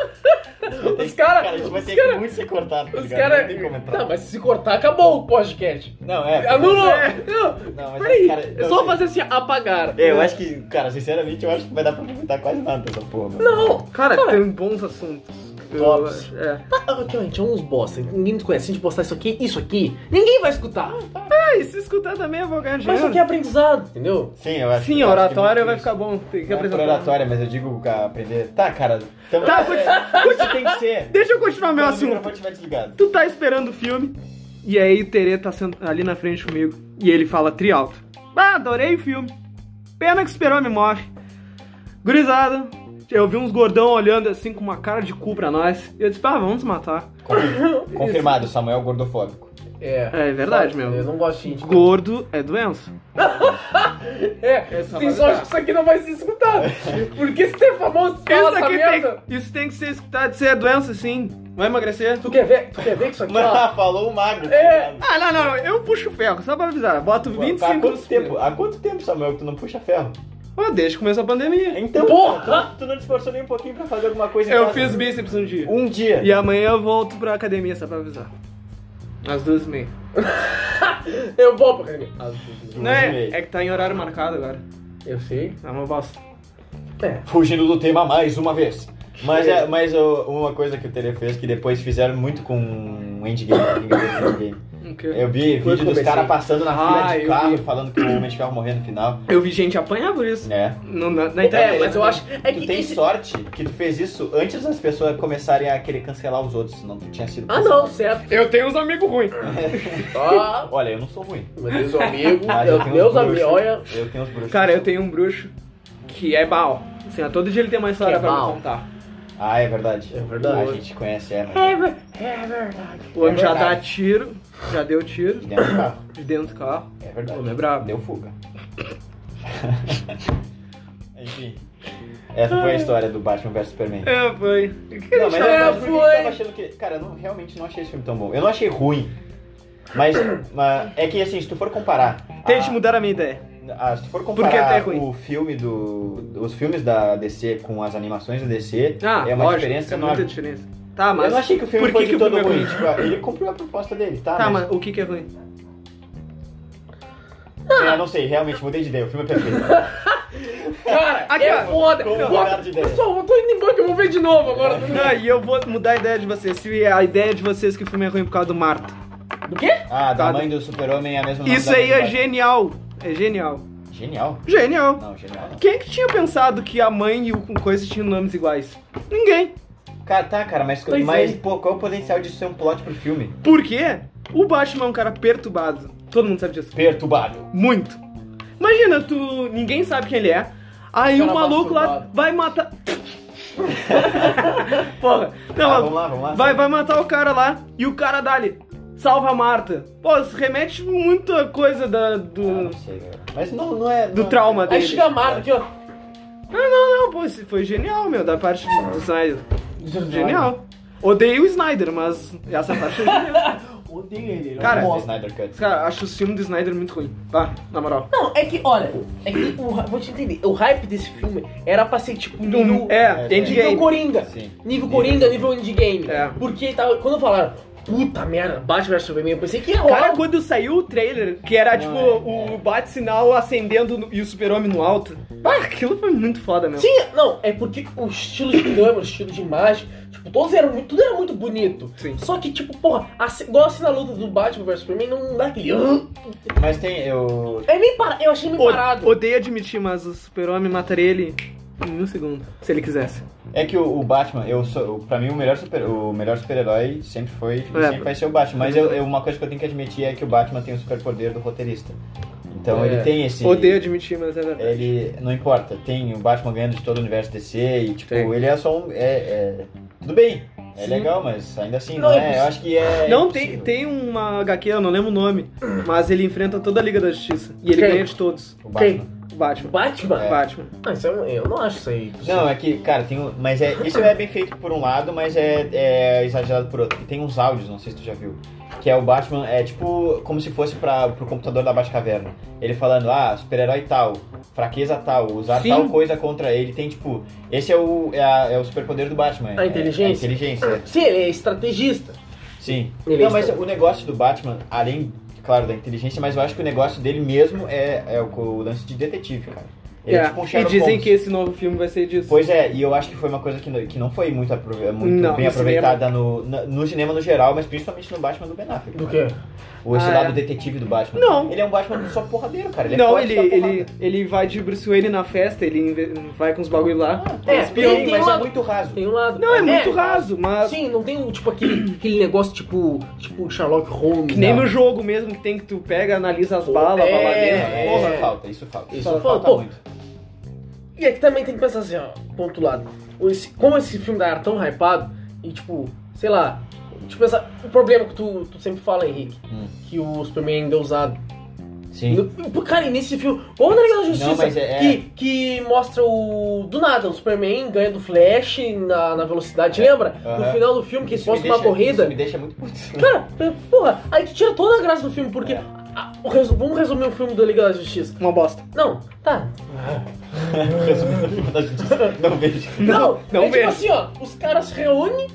Speaker 3: Os caras.
Speaker 2: Cara, a gente vai
Speaker 3: Os
Speaker 2: ter que
Speaker 3: caras.
Speaker 2: muito ser cortado, tá
Speaker 3: Os
Speaker 2: ligado? Não
Speaker 3: caras.
Speaker 2: tem como entrar.
Speaker 3: Tá, mas se cortar, acabou o podcast.
Speaker 2: Não, é.
Speaker 3: Anulou!
Speaker 1: É.
Speaker 3: Não,
Speaker 2: Não, mas
Speaker 3: peraí,
Speaker 2: cara,
Speaker 3: é só
Speaker 2: não sei.
Speaker 3: fazer assim, apagar.
Speaker 2: É, eu acho que, cara, sinceramente, eu acho que vai dar pra aproveitar quase nada dessa porra.
Speaker 3: Não!
Speaker 1: Cara, tem bons assuntos. Eu
Speaker 3: Tops.
Speaker 1: acho- É.
Speaker 3: Ah, aqui, ó, gente, é uns bosta. Ninguém nos conhece. Se a gente postar isso aqui, isso aqui, ninguém vai escutar.
Speaker 1: Ah, e se escutar também eu vou ganhar
Speaker 3: Mas
Speaker 1: dinheiro.
Speaker 3: isso aqui é aprendizado, entendeu?
Speaker 2: Sim, eu acho
Speaker 1: Sim,
Speaker 2: eu
Speaker 1: a
Speaker 2: acho que
Speaker 1: oratória
Speaker 2: muito
Speaker 1: vai
Speaker 2: isso.
Speaker 1: ficar bom. Tem que
Speaker 2: Não é por
Speaker 1: apresentar.
Speaker 2: oratória, mas eu digo pra aprender. Tá, cara. Tamo...
Speaker 1: Tá, continua.
Speaker 2: Isso tem que ser.
Speaker 1: Deixa eu continuar meu
Speaker 2: Quando O
Speaker 1: assunto.
Speaker 2: microfone tiver desligado.
Speaker 1: Tu tá esperando o filme, e aí o Tere tá sent- ali na frente comigo, e ele fala trialto. Ah, adorei o filme. Pena que esperou me morre. Gurizada, eu vi uns gordão olhando assim com uma cara de cu pra nós. E eu disse, ah, vamos matar.
Speaker 2: Confir- Confirmado, Samuel
Speaker 1: *laughs*
Speaker 2: gordofóbico.
Speaker 3: É.
Speaker 1: É verdade, meu.
Speaker 3: Eu não gosto de gente.
Speaker 1: Gordo é doença.
Speaker 3: É,
Speaker 1: Essa
Speaker 3: tem
Speaker 1: vai
Speaker 3: sorte
Speaker 1: dar.
Speaker 3: que isso aqui não vai ser escutado. Porque se tem famoso,
Speaker 1: Isso,
Speaker 3: fala essa
Speaker 1: aqui
Speaker 3: merda.
Speaker 1: tem, isso tem que ser escutado, isso é doença sim. Vai emagrecer?
Speaker 3: Tu quer ver, tu quer ver que isso aqui, ó,
Speaker 2: Mas falou o magro. tá
Speaker 3: É.
Speaker 2: ligado? tá
Speaker 1: Ah, não, não, não. Eu puxo ferro, só pra avisar. Boto
Speaker 2: Há
Speaker 3: tá
Speaker 1: 25
Speaker 2: quanto tempo? Há quanto tempo, Samuel, que tu não puxa ferro?
Speaker 1: Ó, desde que começou a pandemia.
Speaker 2: Então,
Speaker 3: Porra!
Speaker 2: Tu, tu não te esforçou nem um pouquinho pra fazer alguma coisa em
Speaker 1: Eu
Speaker 2: casa? né?
Speaker 1: fiz bíceps um dia.
Speaker 2: Um dia.
Speaker 1: E amanhã eu volto pra academia, só pra avisar. Às duas e meia.
Speaker 3: eu vou pra academia. Ah,
Speaker 2: Duas
Speaker 1: Não
Speaker 2: e
Speaker 1: é?
Speaker 2: meia.
Speaker 1: É que tá em horário marcado agora.
Speaker 3: Eu sei.
Speaker 1: É uma bosta.
Speaker 3: É.
Speaker 2: Fugindo do tema mais uma vez. Mas, é, mas ô, uma coisa que o Tere fez que depois fizeram muito com o Endgame. um Endgame, Endgame.
Speaker 1: O quê?
Speaker 2: Eu vi
Speaker 3: Foi
Speaker 2: vídeo dos
Speaker 3: comecei.
Speaker 2: caras passando na fila
Speaker 1: Ah,
Speaker 2: de
Speaker 1: eu
Speaker 2: carro
Speaker 1: vi.
Speaker 2: falando que o Homem de Ferro morreu no final.
Speaker 1: Eu vi gente apanhar por isso.
Speaker 2: É.
Speaker 1: No- na, na
Speaker 3: É,
Speaker 1: internet.
Speaker 3: mas eu acho. É
Speaker 2: tu
Speaker 3: que
Speaker 2: tem
Speaker 3: esse-
Speaker 2: sorte que tu fez isso antes das pessoas começarem a querer cancelar os outros, senão tu tinha sido
Speaker 3: Ah,
Speaker 2: cancelado.
Speaker 3: não, certo.
Speaker 1: Eu tenho uns amigos ruins.
Speaker 3: Ah,
Speaker 2: Olha, eu não sou ruim.
Speaker 3: meus amigos,
Speaker 2: Mas eu
Speaker 3: meus,
Speaker 2: tenho
Speaker 3: meus
Speaker 2: Ah, uns bruxos.
Speaker 3: amigos, olha.
Speaker 2: Eu tenho os bruxos.
Speaker 1: Cara, eu tenho um bruxo que é mal. Assim, ó, todo dia ele tem uma história
Speaker 3: Que é
Speaker 1: pra
Speaker 3: mau.
Speaker 1: me contar.
Speaker 2: Ah, é verdade.
Speaker 3: É verdade.
Speaker 2: A gente conhece ela.
Speaker 3: É verdade.
Speaker 1: O homem já
Speaker 2: verdade.
Speaker 1: dá tiro, já deu tiro
Speaker 2: de dentro do carro.
Speaker 1: de dentro do carro.
Speaker 2: É verdade.
Speaker 1: O homem é brabo.
Speaker 2: Deu fuga. Enfim. Essa foi a história do Batman vs Superman.
Speaker 1: É, foi. O que que
Speaker 2: Não,
Speaker 1: ele
Speaker 2: mas
Speaker 1: chama?
Speaker 2: eu
Speaker 3: É,
Speaker 2: tava-
Speaker 3: foi.
Speaker 2: tava achando que. Cara, eu não- realmente não achei esse filme tão bom. Eu não achei ruim.
Speaker 1: *coughs*
Speaker 2: Mas, mas é que assim, se tu for comparar.
Speaker 1: Tente
Speaker 2: a-
Speaker 1: mudar a minha ideia.
Speaker 2: Ah, se tu for
Speaker 1: Porque até é
Speaker 2: comparar
Speaker 1: ruim.
Speaker 2: o filme do, os filmes da DC com as animações da DC,
Speaker 1: Ah,
Speaker 2: é uma
Speaker 1: lógico,
Speaker 2: diferença
Speaker 1: é
Speaker 2: enorme.
Speaker 1: muita diferença. Tá,
Speaker 2: Eu
Speaker 1: mas.
Speaker 2: não achei que o filme
Speaker 1: por
Speaker 2: foi
Speaker 1: que que
Speaker 2: de
Speaker 1: o
Speaker 2: todo
Speaker 1: filme é
Speaker 2: ruim.
Speaker 1: ruim?
Speaker 2: tipo, ele cumpriu a proposta dele, tá?
Speaker 1: Tá,
Speaker 2: mas,
Speaker 1: mas o que que é ruim?
Speaker 2: Ah, não sei, realmente, mudei de ideia. O filme é
Speaker 1: *laughs*
Speaker 2: perfeito.
Speaker 3: Cara,
Speaker 1: Aqui,
Speaker 3: é
Speaker 1: ó.
Speaker 3: foda.
Speaker 2: Como
Speaker 3: Não,
Speaker 2: mudar de ideia.
Speaker 3: Pessoal, eu tô indo embora que eu vou ver de novo agora.
Speaker 1: *laughs* Não, e eu vou mudar a ideia de vocês. Se a ideia de vocês que o filme é ruim por causa do Marta.
Speaker 3: Do quê?
Speaker 2: Ah, da
Speaker 1: Tá,
Speaker 2: mãe do super-homem é a mesma
Speaker 1: Isso
Speaker 2: nome
Speaker 1: aí
Speaker 2: da
Speaker 1: é
Speaker 2: mãe do
Speaker 1: genial. É genial.
Speaker 2: Batman. Genial.
Speaker 1: Genial.
Speaker 2: Não, genial não.
Speaker 1: Quem é que tinha pensado que a mãe e o coisa tinham nomes iguais? Ninguém.
Speaker 2: Cara, tá, cara, mas,
Speaker 3: Pois
Speaker 2: mas
Speaker 3: é.
Speaker 2: pô, qual o potencial disso ser um plot pro filme?
Speaker 1: Por quê? O Batman é um cara perturbado. Todo mundo sabe disso.
Speaker 2: Perturbado.
Speaker 1: Muito. Imagina, tu. ninguém sabe quem ele é. Aí
Speaker 3: Cara
Speaker 1: o maluco lá
Speaker 3: masturbado.
Speaker 1: vai matar. *laughs* Porra. Não,
Speaker 2: Ah,
Speaker 1: mas-
Speaker 2: vamos lá, vamos lá.
Speaker 1: Vai, vai matar o cara lá e o cara dali. Salva a Marta. Pô, isso remete muita coisa da,
Speaker 2: Ah,
Speaker 1: do.
Speaker 2: não sei, cara. Mas não, não é.
Speaker 1: Do
Speaker 2: não-
Speaker 1: trauma
Speaker 3: Aí
Speaker 1: dele.
Speaker 3: chega a Marta aqui, ó.
Speaker 1: Não, pô, isso foi genial, meu, da parte do, do Snyder. Genial. Odeio o Snyder, mas essa parte é genial.
Speaker 3: Odeio ele. ele é
Speaker 1: Cara,
Speaker 3: um
Speaker 2: Nossa,
Speaker 3: bosta.
Speaker 2: Snyder
Speaker 1: *laughs*
Speaker 2: Cut.
Speaker 1: Cara, acho o filme do Snyder muito ruim. Tá, na *laughs* moral.
Speaker 3: Não, é que, olha, é que o, ra- vou te entender, o hype desse filme era pra ser tipo nível,
Speaker 1: é,
Speaker 2: é,
Speaker 3: nível
Speaker 1: Endgame.
Speaker 3: Coringa.
Speaker 2: Sim.
Speaker 3: Nível Coringa, nível endgame.
Speaker 1: É.
Speaker 3: Porque tava, quando falaram, puta merda, Batman vs Superman, eu pensei que ia rolar.
Speaker 1: Cara, quando saiu o trailer, que era tipo
Speaker 2: é,
Speaker 1: o bate-sinal acendendo no- e o super-homem no alto. Ah, aquilo foi muito foda, meu.
Speaker 3: Sim, não, é porque o estilo de câmera, o estilo de imagem, tipo, todos eram muito, tudo era muito bonito.
Speaker 1: Sim.
Speaker 3: Só que, tipo, porra, a, ce- igual a cena da luta do Batman vs Superman, não dá aquele. "Ah".
Speaker 2: Mas tem. Eu,
Speaker 3: É meio parado, eu achei meio parado.
Speaker 1: O, odeio admitir, mas o super-homem mataria ele em um segundo, se ele quisesse.
Speaker 2: É que o, o Batman, eu sou, o- pra mim o melhor super, o melhor super-herói sempre foi,
Speaker 1: É.
Speaker 2: sempre vai ser o Batman. Mas eu, eu- uma coisa que eu tenho que admitir é que o Batman tem o superpoder do roteirista. Então
Speaker 3: É.
Speaker 2: ele tem esse.
Speaker 1: Odeio admitir, mas é verdade.
Speaker 2: Ele não importa, tem o Batman ganhando de todo o universo DC e tipo,
Speaker 1: Sim.
Speaker 2: ele é só um. É, é- tudo bem, é
Speaker 3: Sim.
Speaker 2: legal, mas ainda assim
Speaker 3: Não,
Speaker 2: não,
Speaker 3: é
Speaker 2: é. Eu acho que é.
Speaker 1: Não, tem,
Speaker 2: impossível.
Speaker 1: tem uma HQ, eu não lembro o nome, mas ele enfrenta toda a Liga da Justiça. E ele
Speaker 3: Quem?
Speaker 1: ganha de todos.
Speaker 2: O Batman.
Speaker 1: O
Speaker 3: O
Speaker 1: Batman.
Speaker 3: Batman?
Speaker 2: É.
Speaker 1: Batman.
Speaker 3: Ah, isso é um- eu não acho isso aí.
Speaker 2: Não, é que, cara, tem um. Mas é. Isso é bem feito por um lado, mas é, é exagerado por outro. E tem uns áudios, não sei se tu já viu. Que é o Batman, é tipo como se fosse pra, pro computador da Batcaverna. Ele falando, ah, super-herói tal, fraqueza tal, usar
Speaker 1: Sim.
Speaker 2: tal coisa contra ele. Tem tipo. Esse é o, é a- é o superpoder do Batman.
Speaker 3: A
Speaker 2: é- é
Speaker 3: inteligência.
Speaker 2: a inteligência.
Speaker 3: Sim, ele é estrategista.
Speaker 2: Sim.
Speaker 3: Ele
Speaker 2: Não,
Speaker 3: é
Speaker 2: mas
Speaker 3: estra-
Speaker 2: o negócio do Batman, além, claro, da inteligência, mas eu acho que o negócio dele mesmo é, é o, o lance de detetive, cara. Ele é,
Speaker 1: É,
Speaker 2: tipo um
Speaker 1: e
Speaker 2: Sherlock
Speaker 1: dizem
Speaker 2: Holmes.
Speaker 1: que esse novo filme vai ser disso.
Speaker 2: Pois é, e eu acho que foi uma coisa que não, que não foi muito, aprove- muito
Speaker 1: Não,
Speaker 2: bem
Speaker 1: no
Speaker 2: aproveitada no, na- no cinema no geral, mas principalmente no Batman do Ben Affleck.
Speaker 3: Do quê?
Speaker 2: Ou esse
Speaker 1: Ah,
Speaker 2: lado
Speaker 1: é.
Speaker 2: detetive do Batman.
Speaker 1: Não.
Speaker 2: Ele é um Batman só porradeiro, cara. Ele é
Speaker 1: não,
Speaker 2: forte
Speaker 1: ele,
Speaker 2: da porrada.
Speaker 1: ele, ele vai de Bruce Wayne na festa, ele inve- vai com os bagulho lá.
Speaker 2: É,
Speaker 3: É,
Speaker 2: espião,
Speaker 3: tem- tem
Speaker 2: mas
Speaker 3: um
Speaker 2: é
Speaker 3: lado-
Speaker 2: muito raso.
Speaker 3: Tem um lado.
Speaker 1: Não, é muito raso, mas
Speaker 3: Sim, não tem tipo aquele, aquele negócio tipo, tipo Sherlock Holmes. né?
Speaker 1: que nem
Speaker 3: não.
Speaker 1: no jogo mesmo que tem que tu pega, analisa as
Speaker 3: Pô,
Speaker 1: balas,
Speaker 3: é,
Speaker 1: vai lá
Speaker 2: É,
Speaker 1: dentro.
Speaker 2: é,
Speaker 1: porra.
Speaker 2: isso falta, isso falta.
Speaker 3: Isso
Speaker 2: falta,
Speaker 3: falta, pô.
Speaker 2: muito.
Speaker 3: E é que também tem que pensar assim, ó, ponto lado. Esse, como esse filme da era tão hypado, e tipo, sei lá, tipo, essa, o problema que tu, tu sempre fala, Henrique,
Speaker 2: Hum.
Speaker 3: que o Superman ainda é usado.
Speaker 2: Sim.
Speaker 3: Pô, Cara, e nesse filme. Vamos na Liga da Justiça.
Speaker 2: Não, mas é- é.
Speaker 3: Que, que mostra o. Do nada, o Superman ganha do Flash na, na velocidade, lembra? No
Speaker 2: É. Aham.
Speaker 3: final do filme, que eles
Speaker 2: Isso me
Speaker 3: postam uma
Speaker 2: deixa-
Speaker 3: corrida.
Speaker 2: Isso me deixa muito puto.
Speaker 3: Cara, é, porra, aí tu tira toda a graça do filme, porque.
Speaker 2: É.
Speaker 3: a- o resu- Vamos resumir o filme da Liga da Justiça.
Speaker 1: Uma bosta.
Speaker 3: Não, tá.
Speaker 2: Resumindo o filme da justiça. *laughs* Não vejo.
Speaker 1: Não, não
Speaker 3: é tipo
Speaker 1: mesmo.
Speaker 3: assim, ó, os caras se reúnem,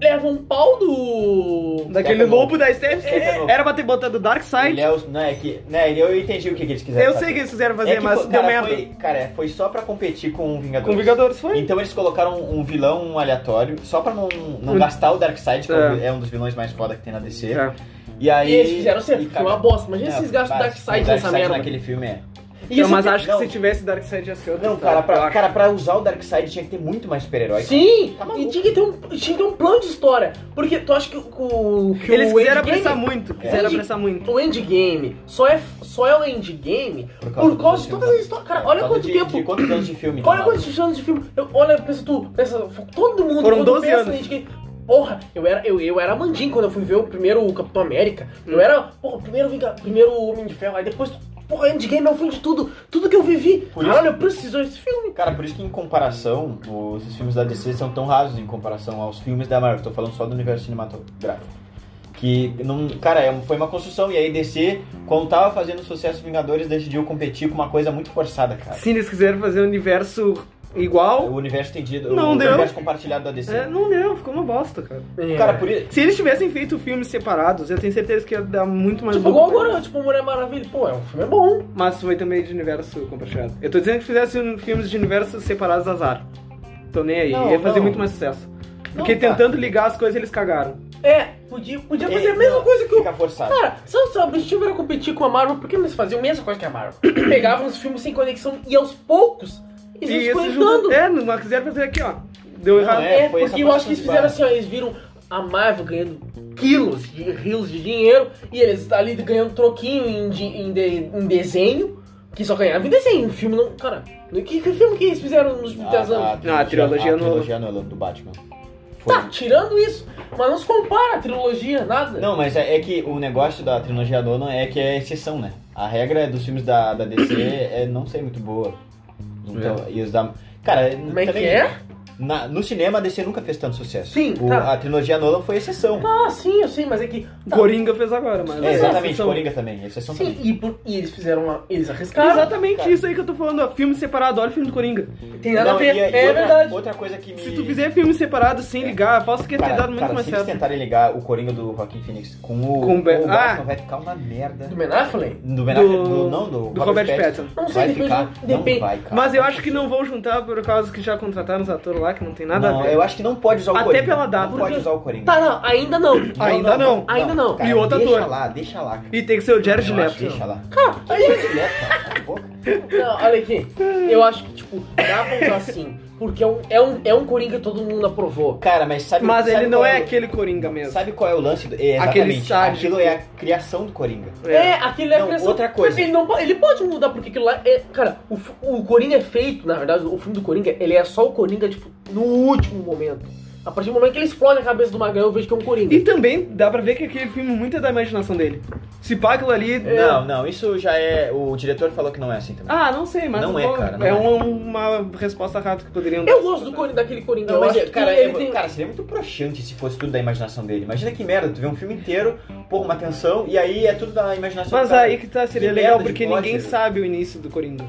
Speaker 3: levam um pau do.
Speaker 1: Daquele
Speaker 2: Steppenwolf.
Speaker 1: lobo da Steph.
Speaker 2: Steppenwolf.
Speaker 1: Era pra ter botado o Dark
Speaker 2: É. Ele
Speaker 1: Side.
Speaker 2: é os- Não, é que. Né, eu entendi o que, que eles quiseram.
Speaker 1: Eu
Speaker 2: fazer.
Speaker 1: sei que eles quiseram
Speaker 2: É
Speaker 1: fazer,
Speaker 2: que
Speaker 1: mas
Speaker 2: foi-
Speaker 1: deu
Speaker 2: cara,
Speaker 1: merda.
Speaker 2: Foi, cara, foi só pra competir com o Vingador.
Speaker 1: Com Vingadores foi?
Speaker 2: Então eles colocaram um vilão aleatório, só pra não, não
Speaker 1: Um-
Speaker 2: gastar o Darkseid, que
Speaker 1: É.
Speaker 2: é. um dos vilões mais foda que tem na DC.
Speaker 1: É.
Speaker 2: E aí.
Speaker 3: E eles fizeram sempre,
Speaker 2: e,
Speaker 3: foi uma bosta. Imagina
Speaker 2: é,
Speaker 3: se eles gastam o
Speaker 2: mas-
Speaker 3: Darkseid
Speaker 2: o
Speaker 3: nessa merda.
Speaker 2: naquele filme é.
Speaker 3: E
Speaker 1: Não,
Speaker 3: esse-
Speaker 1: Então, mas acho que
Speaker 2: não.
Speaker 1: se tivesse Dark Side ia ser outra
Speaker 2: Não,
Speaker 1: história,
Speaker 2: cara
Speaker 1: eu
Speaker 2: pra,
Speaker 1: acho.
Speaker 2: cara, pra usar o Darkseid tinha que ter muito mais super-herói.
Speaker 3: Sim,
Speaker 2: Tá maluco.
Speaker 3: e tinha que, ter um, tinha que ter um plano de história. Porque tu acha que, o que
Speaker 1: Eles
Speaker 3: o
Speaker 1: quiseram
Speaker 3: endgame-
Speaker 1: apressar muito. Quiseram apressar muito.
Speaker 3: O endgame só é, só é o endgame por causa, de todas as histórias. Cara, olha quanto
Speaker 2: de,
Speaker 3: tempo.
Speaker 2: De quantos anos de filme?
Speaker 3: olha
Speaker 2: então,
Speaker 3: quantos anos de filme. Eu, olha, pensa tu, pensa, todo mundo
Speaker 1: Foram
Speaker 3: quando
Speaker 1: 12
Speaker 3: pensa
Speaker 1: anos.
Speaker 3: em endgame. Porra, eu era, eu, eu era mandim quando eu fui ver o primeiro Capitão América. Eu era, porra, primeiro, Vinga- primeiro Homem de Ferro. Aí depois, porra, Endgame é o fim de tudo. Tudo que eu vivi.
Speaker 2: Por
Speaker 3: Caralho, eu preciso desse filme.
Speaker 2: Cara, por isso que em comparação, os filmes da DC são tão rasos em comparação aos filmes da Marvel. Tô falando só do universo cinematográfico. Que, não, cara, é um- foi uma construção. E aí DC, quando tava fazendo sucesso Vingadores, decidiu competir com uma coisa muito forçada, cara.
Speaker 1: Se eles quiseram fazer um universo
Speaker 2: O
Speaker 1: igual,
Speaker 2: universo tendido,
Speaker 1: Não
Speaker 2: o
Speaker 1: deu.
Speaker 2: universo compartilhado da DC.
Speaker 1: é, não deu, ficou uma bosta, cara.
Speaker 2: Cara, por isso...
Speaker 1: Se eles tivessem feito filmes separados, eu tenho certeza que ia dar muito mais
Speaker 3: Tipo,
Speaker 1: lucro.
Speaker 3: igual agora, tipo, Mulher Maravilha. Pô, é um filme bom.
Speaker 1: Mas foi também de universo compartilhado. Eu tô dizendo que fizessem um- filmes de universos separados azar. Tô nem aí,
Speaker 2: Não,
Speaker 1: ia fazer
Speaker 2: não.
Speaker 1: muito mais sucesso.
Speaker 2: Não,
Speaker 1: Porque
Speaker 2: tá.
Speaker 1: tentando ligar as coisas eles cagaram.
Speaker 3: É, podia, podia fazer a
Speaker 2: Ele-
Speaker 3: mesma
Speaker 2: não,
Speaker 1: É.
Speaker 3: coisa que o.
Speaker 2: Fica forçado.
Speaker 3: Cara, se o seu objetivo era competir com a Marvel, por que não eles faziam a mesma coisa que a Marvel? Pegavam os filmes sem conexão e aos poucos eles
Speaker 1: e
Speaker 3: iam
Speaker 1: esse
Speaker 3: se conectando.
Speaker 1: junto... É, não mas quiseram fazer aqui, ó. Deu
Speaker 2: Não,
Speaker 1: errado.
Speaker 2: é.
Speaker 3: É,
Speaker 2: foi essa
Speaker 3: porque eu acho que eles fizeram
Speaker 2: participação.
Speaker 3: assim, ó, eles viram a Marvel ganhando quilos de rios de dinheiro e eles ali ganhando troquinho em, de- em de- em desenho, que só ganhavam em desenho, em filme não. Cara, que, que filme que eles fizeram nos
Speaker 2: Ah,
Speaker 3: últimos 10 anos?
Speaker 1: Não, a trilogia
Speaker 2: a
Speaker 1: não-
Speaker 2: trilogia Nolan do Batman. Foi-
Speaker 3: Tá, tirando isso, mas não se compara a trilogia, nada.
Speaker 2: Não, mas é, é que o negócio da trilogia Nolan é que é exceção, né? A regra dos filmes da, da DC é não ser muito boa. Então,
Speaker 1: É.
Speaker 2: e os da. Cara,
Speaker 3: Como é que é?
Speaker 2: na- no cinema a DC nunca fez tanto sucesso.
Speaker 3: Sim,
Speaker 2: O-
Speaker 3: tá.
Speaker 2: A trilogia Nolan foi exceção.
Speaker 3: Ah, sim, eu sei, mas é que.
Speaker 1: O Coringa fez agora, mas.
Speaker 2: É, exatamente,
Speaker 1: São-
Speaker 2: Coringa também, exceção
Speaker 3: Sim,
Speaker 2: também.
Speaker 3: e, por- e eles fizeram uma. Eles arriscaram.
Speaker 1: Exatamente
Speaker 2: Cara.
Speaker 1: isso aí que eu tô falando, ó. Filme separado, olha o filme do Coringa.
Speaker 3: Tem nada
Speaker 2: Não,
Speaker 3: a ver.
Speaker 2: e- e
Speaker 3: é
Speaker 2: outra-
Speaker 3: verdade.
Speaker 2: Outra coisa que me.
Speaker 1: Se tu fizer filme separado sem ligar, posso que ia ter
Speaker 2: É. Cara,
Speaker 1: dado muito
Speaker 2: cara,
Speaker 1: mais
Speaker 2: se eles
Speaker 1: certo.
Speaker 2: tentarem ligar o Coringa do Joaquin Phoenix com o,
Speaker 1: Com o Ben-
Speaker 2: o
Speaker 1: Ah!
Speaker 2: Batman, vai ficar uma merda.
Speaker 3: Do Ben Affleck?
Speaker 2: Do Ben Affleck,
Speaker 1: Do-
Speaker 2: do- não, do,
Speaker 1: do Robert Pattinson.
Speaker 3: Não sei,
Speaker 2: vai
Speaker 3: depende-
Speaker 2: ficar,
Speaker 3: depende.
Speaker 2: não vai, cara.
Speaker 1: Mas eu acho que não vão juntar por causa que já contrataram os atores lá, que não tem nada
Speaker 2: não,
Speaker 1: a ver.
Speaker 2: eu acho que não pode usar o
Speaker 1: Até
Speaker 2: Coringa.
Speaker 1: pela data.
Speaker 2: Não pode
Speaker 3: Porque-
Speaker 2: usar o Coringa.
Speaker 3: Tá, não, ainda não.
Speaker 1: Ainda não.
Speaker 3: Ainda não.
Speaker 2: Cara,
Speaker 1: E outro
Speaker 2: deixa
Speaker 1: ator.
Speaker 2: lá, deixa lá. cara.
Speaker 1: E tem que ser o Jared
Speaker 2: Eu
Speaker 1: Leto.
Speaker 2: acho, Deixa lá.
Speaker 3: Cara, aí-
Speaker 2: Jared Leto, cara, cala a boca.
Speaker 3: não, olha aqui. Eu acho que, tipo, dá pra usar assim. Porque é um, é um, é um Coringa que todo mundo aprovou.
Speaker 2: Cara, mas sabe
Speaker 1: Mas
Speaker 2: sabe
Speaker 1: ele não
Speaker 2: qual
Speaker 1: é
Speaker 2: o-
Speaker 1: aquele Coringa mesmo.
Speaker 2: Sabe qual é o lance? Do... É,
Speaker 1: Aquele
Speaker 2: exatamente.
Speaker 1: sádico.
Speaker 2: Aquilo é a criação do Coringa.
Speaker 3: É, aquele é
Speaker 2: Não,
Speaker 3: a criação.
Speaker 2: outra coisa.
Speaker 3: Mas Ele, não, po- ele pode mudar, porque aquilo lá é. Cara, o, f- o Coringa é feito, na verdade, o filme do Coringa, ele é só o Coringa, tipo, no último momento. A partir do momento que ele explode a cabeça do Magrão, eu vejo que é um Coringa.
Speaker 1: E também dá pra ver que aquele filme muito é da imaginação dele. Se pá aquilo ali.
Speaker 2: É. Não, não, isso já é. O diretor falou que não é assim também.
Speaker 1: É. Ah, não sei, mas
Speaker 2: Não é, cara, não
Speaker 1: é
Speaker 2: é.
Speaker 1: um- uma resposta rápida que poderiam
Speaker 3: Eu gosto do Coringa, daquele Coringa.
Speaker 2: Não,
Speaker 3: eu
Speaker 2: mas, é,
Speaker 3: acho que
Speaker 2: cara,
Speaker 3: ele
Speaker 2: eu-
Speaker 3: tem...
Speaker 2: cara, seria muito broxante se fosse tudo da imaginação dele. Imagina que merda, tu vê um filme inteiro, porra, uma tensão, e aí é tudo da imaginação
Speaker 1: Mas
Speaker 2: do cara.
Speaker 1: aí que tá, seria
Speaker 2: Que
Speaker 1: legal,
Speaker 2: merda de
Speaker 1: porque
Speaker 2: plot,
Speaker 1: ninguém
Speaker 2: né?
Speaker 1: sabe o início do Coringa.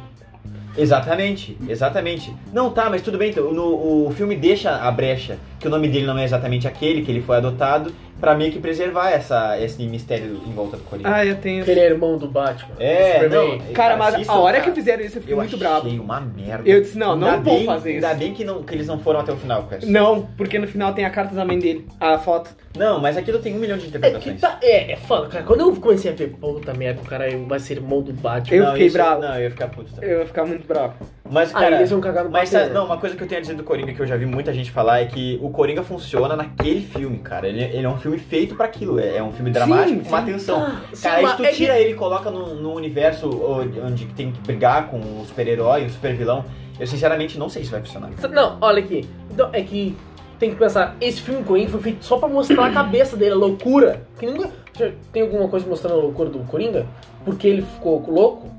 Speaker 2: Exatamente, exatamente. Não, tá, mas tudo bem, então, no, o filme deixa a brecha, que o nome dele não é exatamente aquele, que ele foi adotado, pra meio que preservar essa, esse mistério em volta do Coringa.
Speaker 1: Ah, eu tenho.
Speaker 3: Ele é irmão do Batman.
Speaker 2: é, não.
Speaker 1: Cara, mas
Speaker 2: isso,
Speaker 1: a hora
Speaker 2: cara,
Speaker 1: que fizeram isso eu fiquei
Speaker 2: eu
Speaker 1: muito
Speaker 2: achei
Speaker 1: bravo.
Speaker 2: uma merda.
Speaker 1: Eu disse, não, não
Speaker 2: Ainda
Speaker 1: vou
Speaker 2: bem-
Speaker 1: fazer isso.
Speaker 2: Ainda bem que, não, que eles não foram até o final com essa.
Speaker 1: Não, porque no final tem a carta da mãe dele, a foto.
Speaker 2: Não, mas aquilo tem um milhão de
Speaker 3: É, que
Speaker 2: interpretações.
Speaker 3: tá, é, é foda, cara. Quando eu comecei a ver, puta merda, o cara vai ser irmão do Batman.
Speaker 1: Eu
Speaker 2: Não,
Speaker 1: fiquei
Speaker 2: isso-
Speaker 1: bravo.
Speaker 2: Não, eu ia ficar puto também.
Speaker 1: Eu ia ficar muito bravo.
Speaker 2: Mas,
Speaker 3: Aí
Speaker 2: cara,
Speaker 3: Ah, eles vão cagar no
Speaker 2: Mas
Speaker 3: Batman.
Speaker 2: sabe, não, uma coisa que eu tenho a dizer do Coringa que eu já vi muita gente falar é que o Coringa funciona naquele filme, cara. Ele, ele é um filme feito pra aquilo. É, é um filme dramático
Speaker 1: Sim,
Speaker 2: com uma
Speaker 1: sim.
Speaker 2: tensão.
Speaker 3: Ah, sim,
Speaker 2: cara, aí
Speaker 3: mas
Speaker 2: se tu
Speaker 3: é que-
Speaker 2: tira ele e coloca num num universo onde onde tem que brigar com o super-herói, o super-vilão. Eu sinceramente não sei se vai funcionar.
Speaker 3: Não, olha aqui. Então, é que tem que pensar, esse filme Coringa foi feito só pra mostrar a cabeça dele, a loucura. Que ninguém... já tem alguma coisa mostrando a loucura do Coringa? Porque ele ficou louco?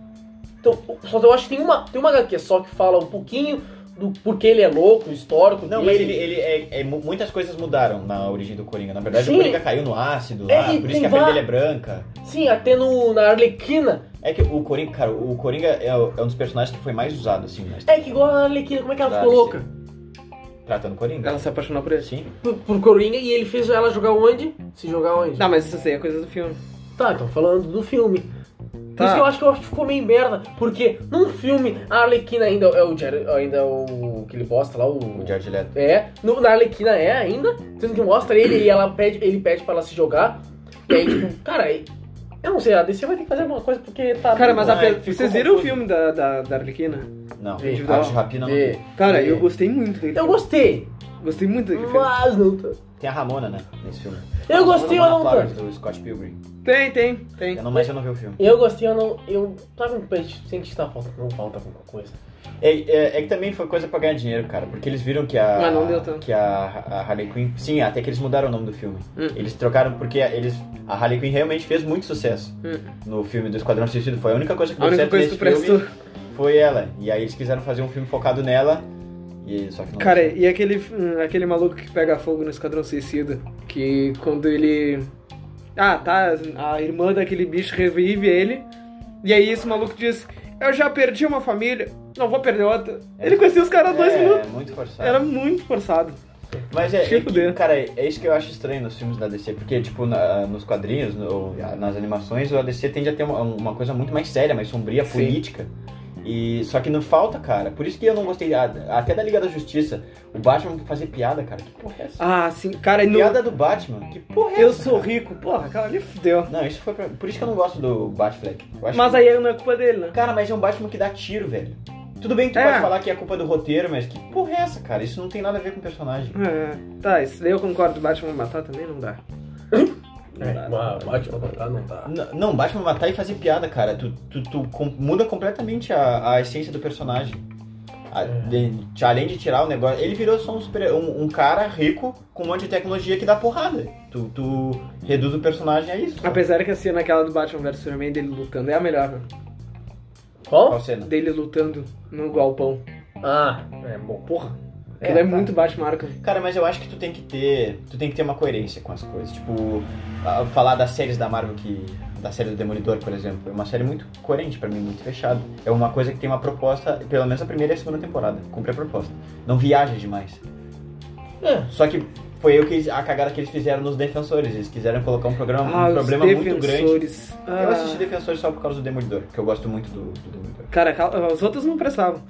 Speaker 3: Então, só que eu acho que tem uma, tem uma HQ só que fala um pouquinho do porquê ele é louco, o histórico
Speaker 2: Não, mas
Speaker 3: dele.
Speaker 2: ele, ele é, é mu- muitas coisas mudaram na origem do Coringa. Na verdade,
Speaker 3: Sim.
Speaker 2: o Coringa caiu no ácido
Speaker 3: É,
Speaker 2: lá,
Speaker 3: e
Speaker 2: por isso
Speaker 3: tem
Speaker 2: que a pele
Speaker 3: va-
Speaker 2: dele é branca.
Speaker 3: Sim, até no, na Arlequina.
Speaker 2: É que o Coringa, cara, o Coringa é, o- é um dos personagens que foi mais usado, assim, mas
Speaker 3: É que igual a Arlequina, como é que ela
Speaker 2: Da
Speaker 3: ficou
Speaker 2: DC.
Speaker 3: louca?
Speaker 2: tratando o Coringa.
Speaker 1: Ela se apaixonou por ele.
Speaker 2: Sim.
Speaker 3: Por, por Coringa e ele fez ela jogar onde? Se jogar onde?
Speaker 1: Não, mas isso assim, é coisa do filme.
Speaker 3: Tá, tô falando do filme. Por
Speaker 1: Tá.
Speaker 3: isso que eu acho que eu acho que ficou meio merda. Porque num filme, a Arlequina ainda é o Jared, ainda é o. aquele bosta lá, o.
Speaker 2: O Jared Leto.
Speaker 3: É, no, na Arlequina é ainda, sendo que mostra ele e ela pede, ele pede pra ela se jogar. E aí, tipo, cara, aí- eu não sei, a DC vai ter que fazer alguma coisa porque tá.
Speaker 1: Cara, mas a
Speaker 2: Ai,
Speaker 1: pe-
Speaker 2: ficou
Speaker 1: vocês viram o
Speaker 2: confuso.
Speaker 1: filme da, da, da Arlequina?
Speaker 2: Não,
Speaker 3: Sim.
Speaker 2: Arte de Rapina não.
Speaker 3: É,
Speaker 1: Cara,
Speaker 3: é.
Speaker 1: eu gostei muito dele.
Speaker 2: Então,
Speaker 3: Eu gostei,
Speaker 1: Gostei muito dele.
Speaker 3: mas não tô.
Speaker 2: Tem a Ramona, né, nesse filme.
Speaker 3: Eu gostei ou
Speaker 2: Ramona
Speaker 3: não
Speaker 2: Flowers,
Speaker 3: tanto?
Speaker 2: do Scott Pilgrim.
Speaker 1: Tem, tem, tem.
Speaker 2: Eu não, mas eu não vi o filme.
Speaker 3: Eu gostei ou não. Eu tava com peixe, sente que tá faltando, não falta alguma coisa.
Speaker 2: É, é- é que também foi coisa pra ganhar dinheiro, cara. Porque eles viram que a.
Speaker 1: Mas não deu tanto.
Speaker 2: Que a, a Harley Quinn. Sim, até que eles mudaram o nome do filme.
Speaker 1: Hum.
Speaker 2: Eles trocaram porque eles, a Harley Quinn realmente fez muito sucesso
Speaker 1: Hum.
Speaker 2: no filme do Esquadrão Suicida. Foi a única coisa que
Speaker 1: A
Speaker 2: deu
Speaker 1: única
Speaker 2: certo
Speaker 1: coisa que
Speaker 2: nesse
Speaker 1: tu prestou.
Speaker 2: filme foi ela. E aí eles quiseram fazer um filme focado nela. E só que não.
Speaker 1: Cara, e aquele, hum, aquele maluco que pega fogo no Esquadrão Suicida? Que quando ele. Ah, tá. A irmã daquele bicho revive ele. E aí esse maluco diz: Eu já perdi uma família, não vou perder outra. Ele conhecia os caras há dois
Speaker 2: é,
Speaker 1: minutos.
Speaker 2: muito forçado.
Speaker 1: Era muito forçado.
Speaker 2: Mas é,
Speaker 1: Se
Speaker 2: é
Speaker 1: fuder.
Speaker 2: que, cara, é isso que eu acho estranho nos filmes da DC, porque, tipo, na- nos quadrinhos, no- nas animações, a DC tende a ter uma, uma coisa muito mais séria, mais sombria,
Speaker 1: Sim.
Speaker 2: política. E só que não falta, cara. Por isso que eu não gostei a- até da Liga da Justiça. O Batman fazer piada, cara. Que porra é essa?
Speaker 1: Ah, sim. Cara, e no...
Speaker 2: Piada do Batman. Que porra é
Speaker 1: eu
Speaker 2: essa?
Speaker 1: sou
Speaker 2: cara?
Speaker 1: rico. Porra, cara, ali fudeu.
Speaker 2: Não, isso foi pra... Por isso que eu não gosto do Batfleck. Eu acho
Speaker 1: Mas
Speaker 2: que-
Speaker 1: aí não é culpa dele, né?
Speaker 2: Cara, mas é um Batman que dá tiro, velho. Tudo bem que tu
Speaker 1: É.
Speaker 2: pode falar que é culpa do roteiro, mas que porra é essa, cara? Isso não tem nada a ver com o personagem.
Speaker 1: É, tá, isso daí eu concordo. Batman matar também não dá.
Speaker 2: É,
Speaker 3: É,
Speaker 1: Não dá.
Speaker 3: Batman matar não tá.
Speaker 2: N- Não, Batman matar e fazer piada, cara. Tu, tu, tu com- muda completamente a, a essência do personagem. A- de- te- além de tirar o negócio. Ele virou só um, super- um- um cara rico com um monte de tecnologia que dá porrada. Tu, tu reduz o personagem a isso.
Speaker 1: Apesar que a cena aquela do Batman vs Superman dele lutando é a melhor, né?
Speaker 3: Qual?
Speaker 2: Qual cena?
Speaker 1: Dele lutando no galpão.
Speaker 3: Ah, é bom.
Speaker 1: Porra,
Speaker 2: É,
Speaker 1: aquilo é,
Speaker 2: tá.
Speaker 1: muito Batman Arkham.
Speaker 2: Cara, mas eu acho que tu tem que ter. Tu tem que ter uma coerência com as coisas. Tipo, a- falar das séries da Marvel que. Da série do Demolidor, por exemplo. É uma série muito coerente pra mim, muito fechada. É uma coisa que tem uma proposta, pelo menos a primeira e a segunda temporada. Cumpre a proposta. Não viaja demais.
Speaker 3: É.
Speaker 2: Só que foi eu que a cagada que eles fizeram nos defensores. Eles quiseram colocar um programa,
Speaker 1: Ah,
Speaker 2: um
Speaker 1: os
Speaker 2: problema muito grande.
Speaker 1: defensores.
Speaker 2: Eu assisti
Speaker 1: Ah,
Speaker 2: Defensores só por causa do Demolidor, que eu gosto muito do, do Demolidor.
Speaker 1: cara, cal- as outras não prestavam.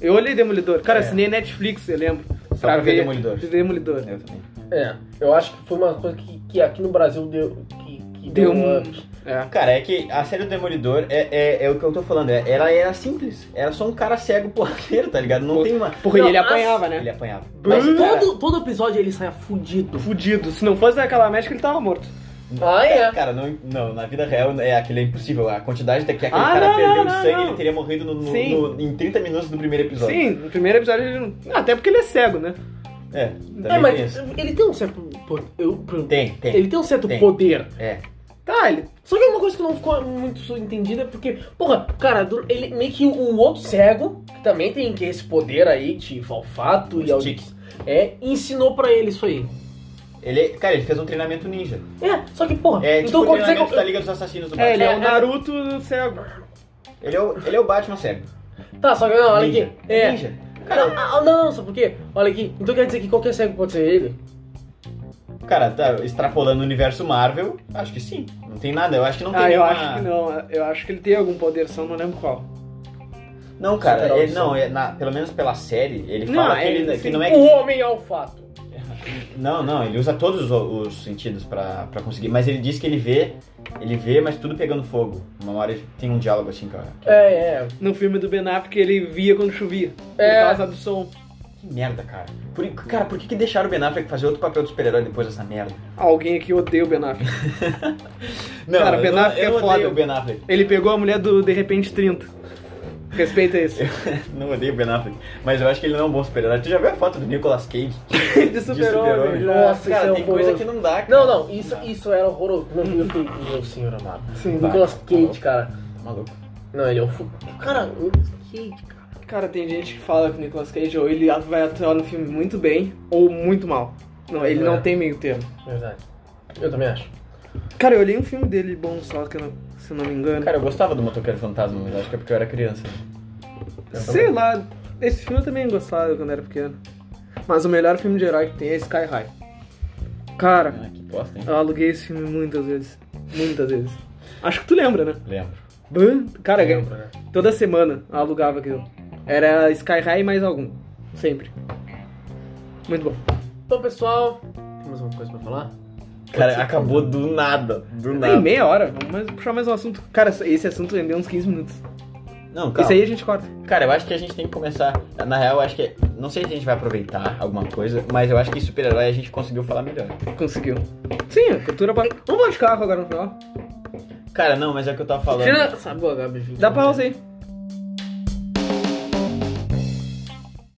Speaker 1: Eu olhei Demolidor. Cara,
Speaker 2: É.
Speaker 1: assinei Netflix, eu lembro.
Speaker 2: Só pra ver Demolidor.
Speaker 1: Demolidor.
Speaker 2: Eu também.
Speaker 3: É, eu acho que foi uma coisa que, que aqui no Brasil deu. Que, que
Speaker 1: Deu
Speaker 3: deu,
Speaker 1: um-
Speaker 3: uma.
Speaker 1: É.
Speaker 2: Cara, é que a série do Demolidor é, é, é o que eu tô falando. É, ela era simples. Era só um cara cego porradeiro, tá ligado? Não tem uma.
Speaker 1: Porra, e
Speaker 3: Não,
Speaker 1: ele
Speaker 3: as-
Speaker 1: apanhava, né?
Speaker 2: Ele é apanhava.
Speaker 3: Mas
Speaker 2: Mas, cara,
Speaker 3: todo, todo episódio ele saia fudido.
Speaker 1: Fudido. Se não fosse aquela médica, ele tava morto.
Speaker 3: Ah, é.
Speaker 2: Cara, não, não, na vida real é aquele é impossível. A quantidade que aquele
Speaker 1: Ah,
Speaker 2: cara
Speaker 1: não,
Speaker 2: perdeu
Speaker 1: não,
Speaker 2: de
Speaker 1: não,
Speaker 2: sangue,
Speaker 1: não.
Speaker 2: ele teria morrido no- no-
Speaker 1: Sim.
Speaker 2: no- em 30 minutos do primeiro episódio.
Speaker 1: Sim, no primeiro episódio ele não. Até porque ele é cego, né?
Speaker 2: É, também
Speaker 3: É,
Speaker 2: tem
Speaker 3: mas
Speaker 2: isso.
Speaker 3: ele tem um certo. po- Eu,
Speaker 2: Tem, tem.
Speaker 3: ele tem um certo
Speaker 2: Tem.
Speaker 3: poder.
Speaker 2: É.
Speaker 1: Tá, ele.
Speaker 3: Só que é uma coisa que não ficou muito entendida é porque, porra, cara, do- ele meio que o outro cego, que também tem que esse poder aí de olfato e
Speaker 2: Os
Speaker 3: audi-
Speaker 2: tiques.
Speaker 3: é, ensinou pra ele isso aí.
Speaker 2: Ele, cara, ele fez um treinamento ninja.
Speaker 3: É, só que, porra,
Speaker 2: É, tipo
Speaker 3: então
Speaker 2: o
Speaker 3: quando você.
Speaker 2: treinamento da Liga dos Assassinos do Batman.
Speaker 1: É, ele é um
Speaker 3: é-
Speaker 1: Naruto cego.
Speaker 2: Ele é o, ele é o Batman cego.
Speaker 3: Tá, só que não, olha
Speaker 2: ninja.
Speaker 3: aqui. É.
Speaker 2: Ninja.
Speaker 3: Cara, ah, não, não, só porque, olha aqui, então quer dizer que qualquer cego pode ser ele?
Speaker 2: Cara, tá extrapolando o universo Marvel, acho que sim. Não tem nada, eu acho que não tem
Speaker 1: Ah, eu
Speaker 2: nenhuma-
Speaker 1: acho que não. Eu acho que ele tem algum poder, só não lembro qual.
Speaker 2: Não, cara,
Speaker 3: Superar
Speaker 2: ele-
Speaker 3: o
Speaker 2: não,
Speaker 3: som.
Speaker 2: é, na- pelo menos pela série, ele
Speaker 1: Não,
Speaker 2: fala
Speaker 1: é,
Speaker 2: que, ele,
Speaker 1: sim.
Speaker 2: que não é
Speaker 3: O
Speaker 2: que...
Speaker 3: homem é olfato.
Speaker 2: Não, não, ele usa todos os, os sentidos pra, pra conseguir, mas ele diz que ele vê, ele vê, mas tudo pegando fogo. Uma hora ele- tem um diálogo assim, cara.
Speaker 3: É, é.
Speaker 1: No filme do Ben Affleck, ele via quando chovia.
Speaker 3: É.
Speaker 1: Por causa do som.
Speaker 2: Que merda, cara. Por- cara, por que, que deixaram o Ben Affleck fazer outro papel do super-herói depois dessa merda?
Speaker 1: Alguém aqui odeia o Ben Affleck.
Speaker 2: Não,
Speaker 1: Cara, o
Speaker 2: eu
Speaker 1: Ben
Speaker 2: *laughs* não-
Speaker 1: Affleck
Speaker 2: eu
Speaker 1: é
Speaker 2: odeio
Speaker 1: foda.
Speaker 2: o Ben Affleck.
Speaker 1: Ele pegou a mulher do De Repente 30. Respeita
Speaker 2: *laughs*
Speaker 1: isso.
Speaker 2: Não odeio o Ben Affleck, mas eu acho que ele não é um bom super-herói. Tu já viu a foto do Nicolas Cage?
Speaker 1: De super-homem.
Speaker 2: super-homem.
Speaker 3: Nossa,
Speaker 2: cara,
Speaker 3: isso é
Speaker 1: um
Speaker 2: tem
Speaker 3: horroroso.
Speaker 2: coisa que não dá, cara.
Speaker 3: Não, não, isso, isso era horroroso. Meu, meu, filho, meu senhor amado.
Speaker 1: Sim.
Speaker 3: Nicolas Cage, cara.
Speaker 2: Maluco.
Speaker 3: Não, ele é um. fu- Cara, Nicolas Cage, cara.
Speaker 1: Cara, tem gente que fala que o Nicolas Cage ou ele vai atuar no filme muito bem ou muito mal. Não, ele não
Speaker 3: É.
Speaker 1: tem meio termo.
Speaker 3: Verdade. Eu também acho.
Speaker 1: Cara, eu olhei um filme dele bom só, que eu não- se eu não me engano.
Speaker 2: Cara, eu gostava do Motoqueiro Fantasma, mas acho que é porque eu era criança.
Speaker 3: eu
Speaker 1: Sei lá, esse filme eu também gostava quando era pequeno. Mas o melhor filme de herói que tem é Sky High. Cara,
Speaker 2: Ah, que bosta, hein?
Speaker 1: eu aluguei esse filme muitas vezes. Muitas vezes. Acho que tu lembra, né?
Speaker 2: Lembro.
Speaker 1: Ban- Cara,
Speaker 3: Eu
Speaker 1: eu-
Speaker 3: lembro, né?
Speaker 1: toda semana eu alugava aquilo. Era Sky High mais algum. Sempre. Muito bom.
Speaker 3: Então, pessoal, tem mais alguma coisa pra falar?
Speaker 2: Cara, acabou do nada. Do
Speaker 1: Tem
Speaker 2: nada.
Speaker 1: meia hora, vamos mais- puxar mais um assunto. Cara, esse assunto rendeu uns 15 minutos.
Speaker 2: Não, calma.
Speaker 1: Esse aí a gente corta.
Speaker 2: Cara, eu acho que a gente tem que começar. Na real, eu acho que. Não sei se a gente vai aproveitar alguma coisa, mas eu acho que super-herói a gente conseguiu falar melhor.
Speaker 1: Conseguiu. Sim, a cultura pop. Vamos falar de carro agora no final.
Speaker 2: Cara, não, mas é o que eu tava falando.
Speaker 3: Tira essa boa, Gabi.
Speaker 1: Dá pausa aí.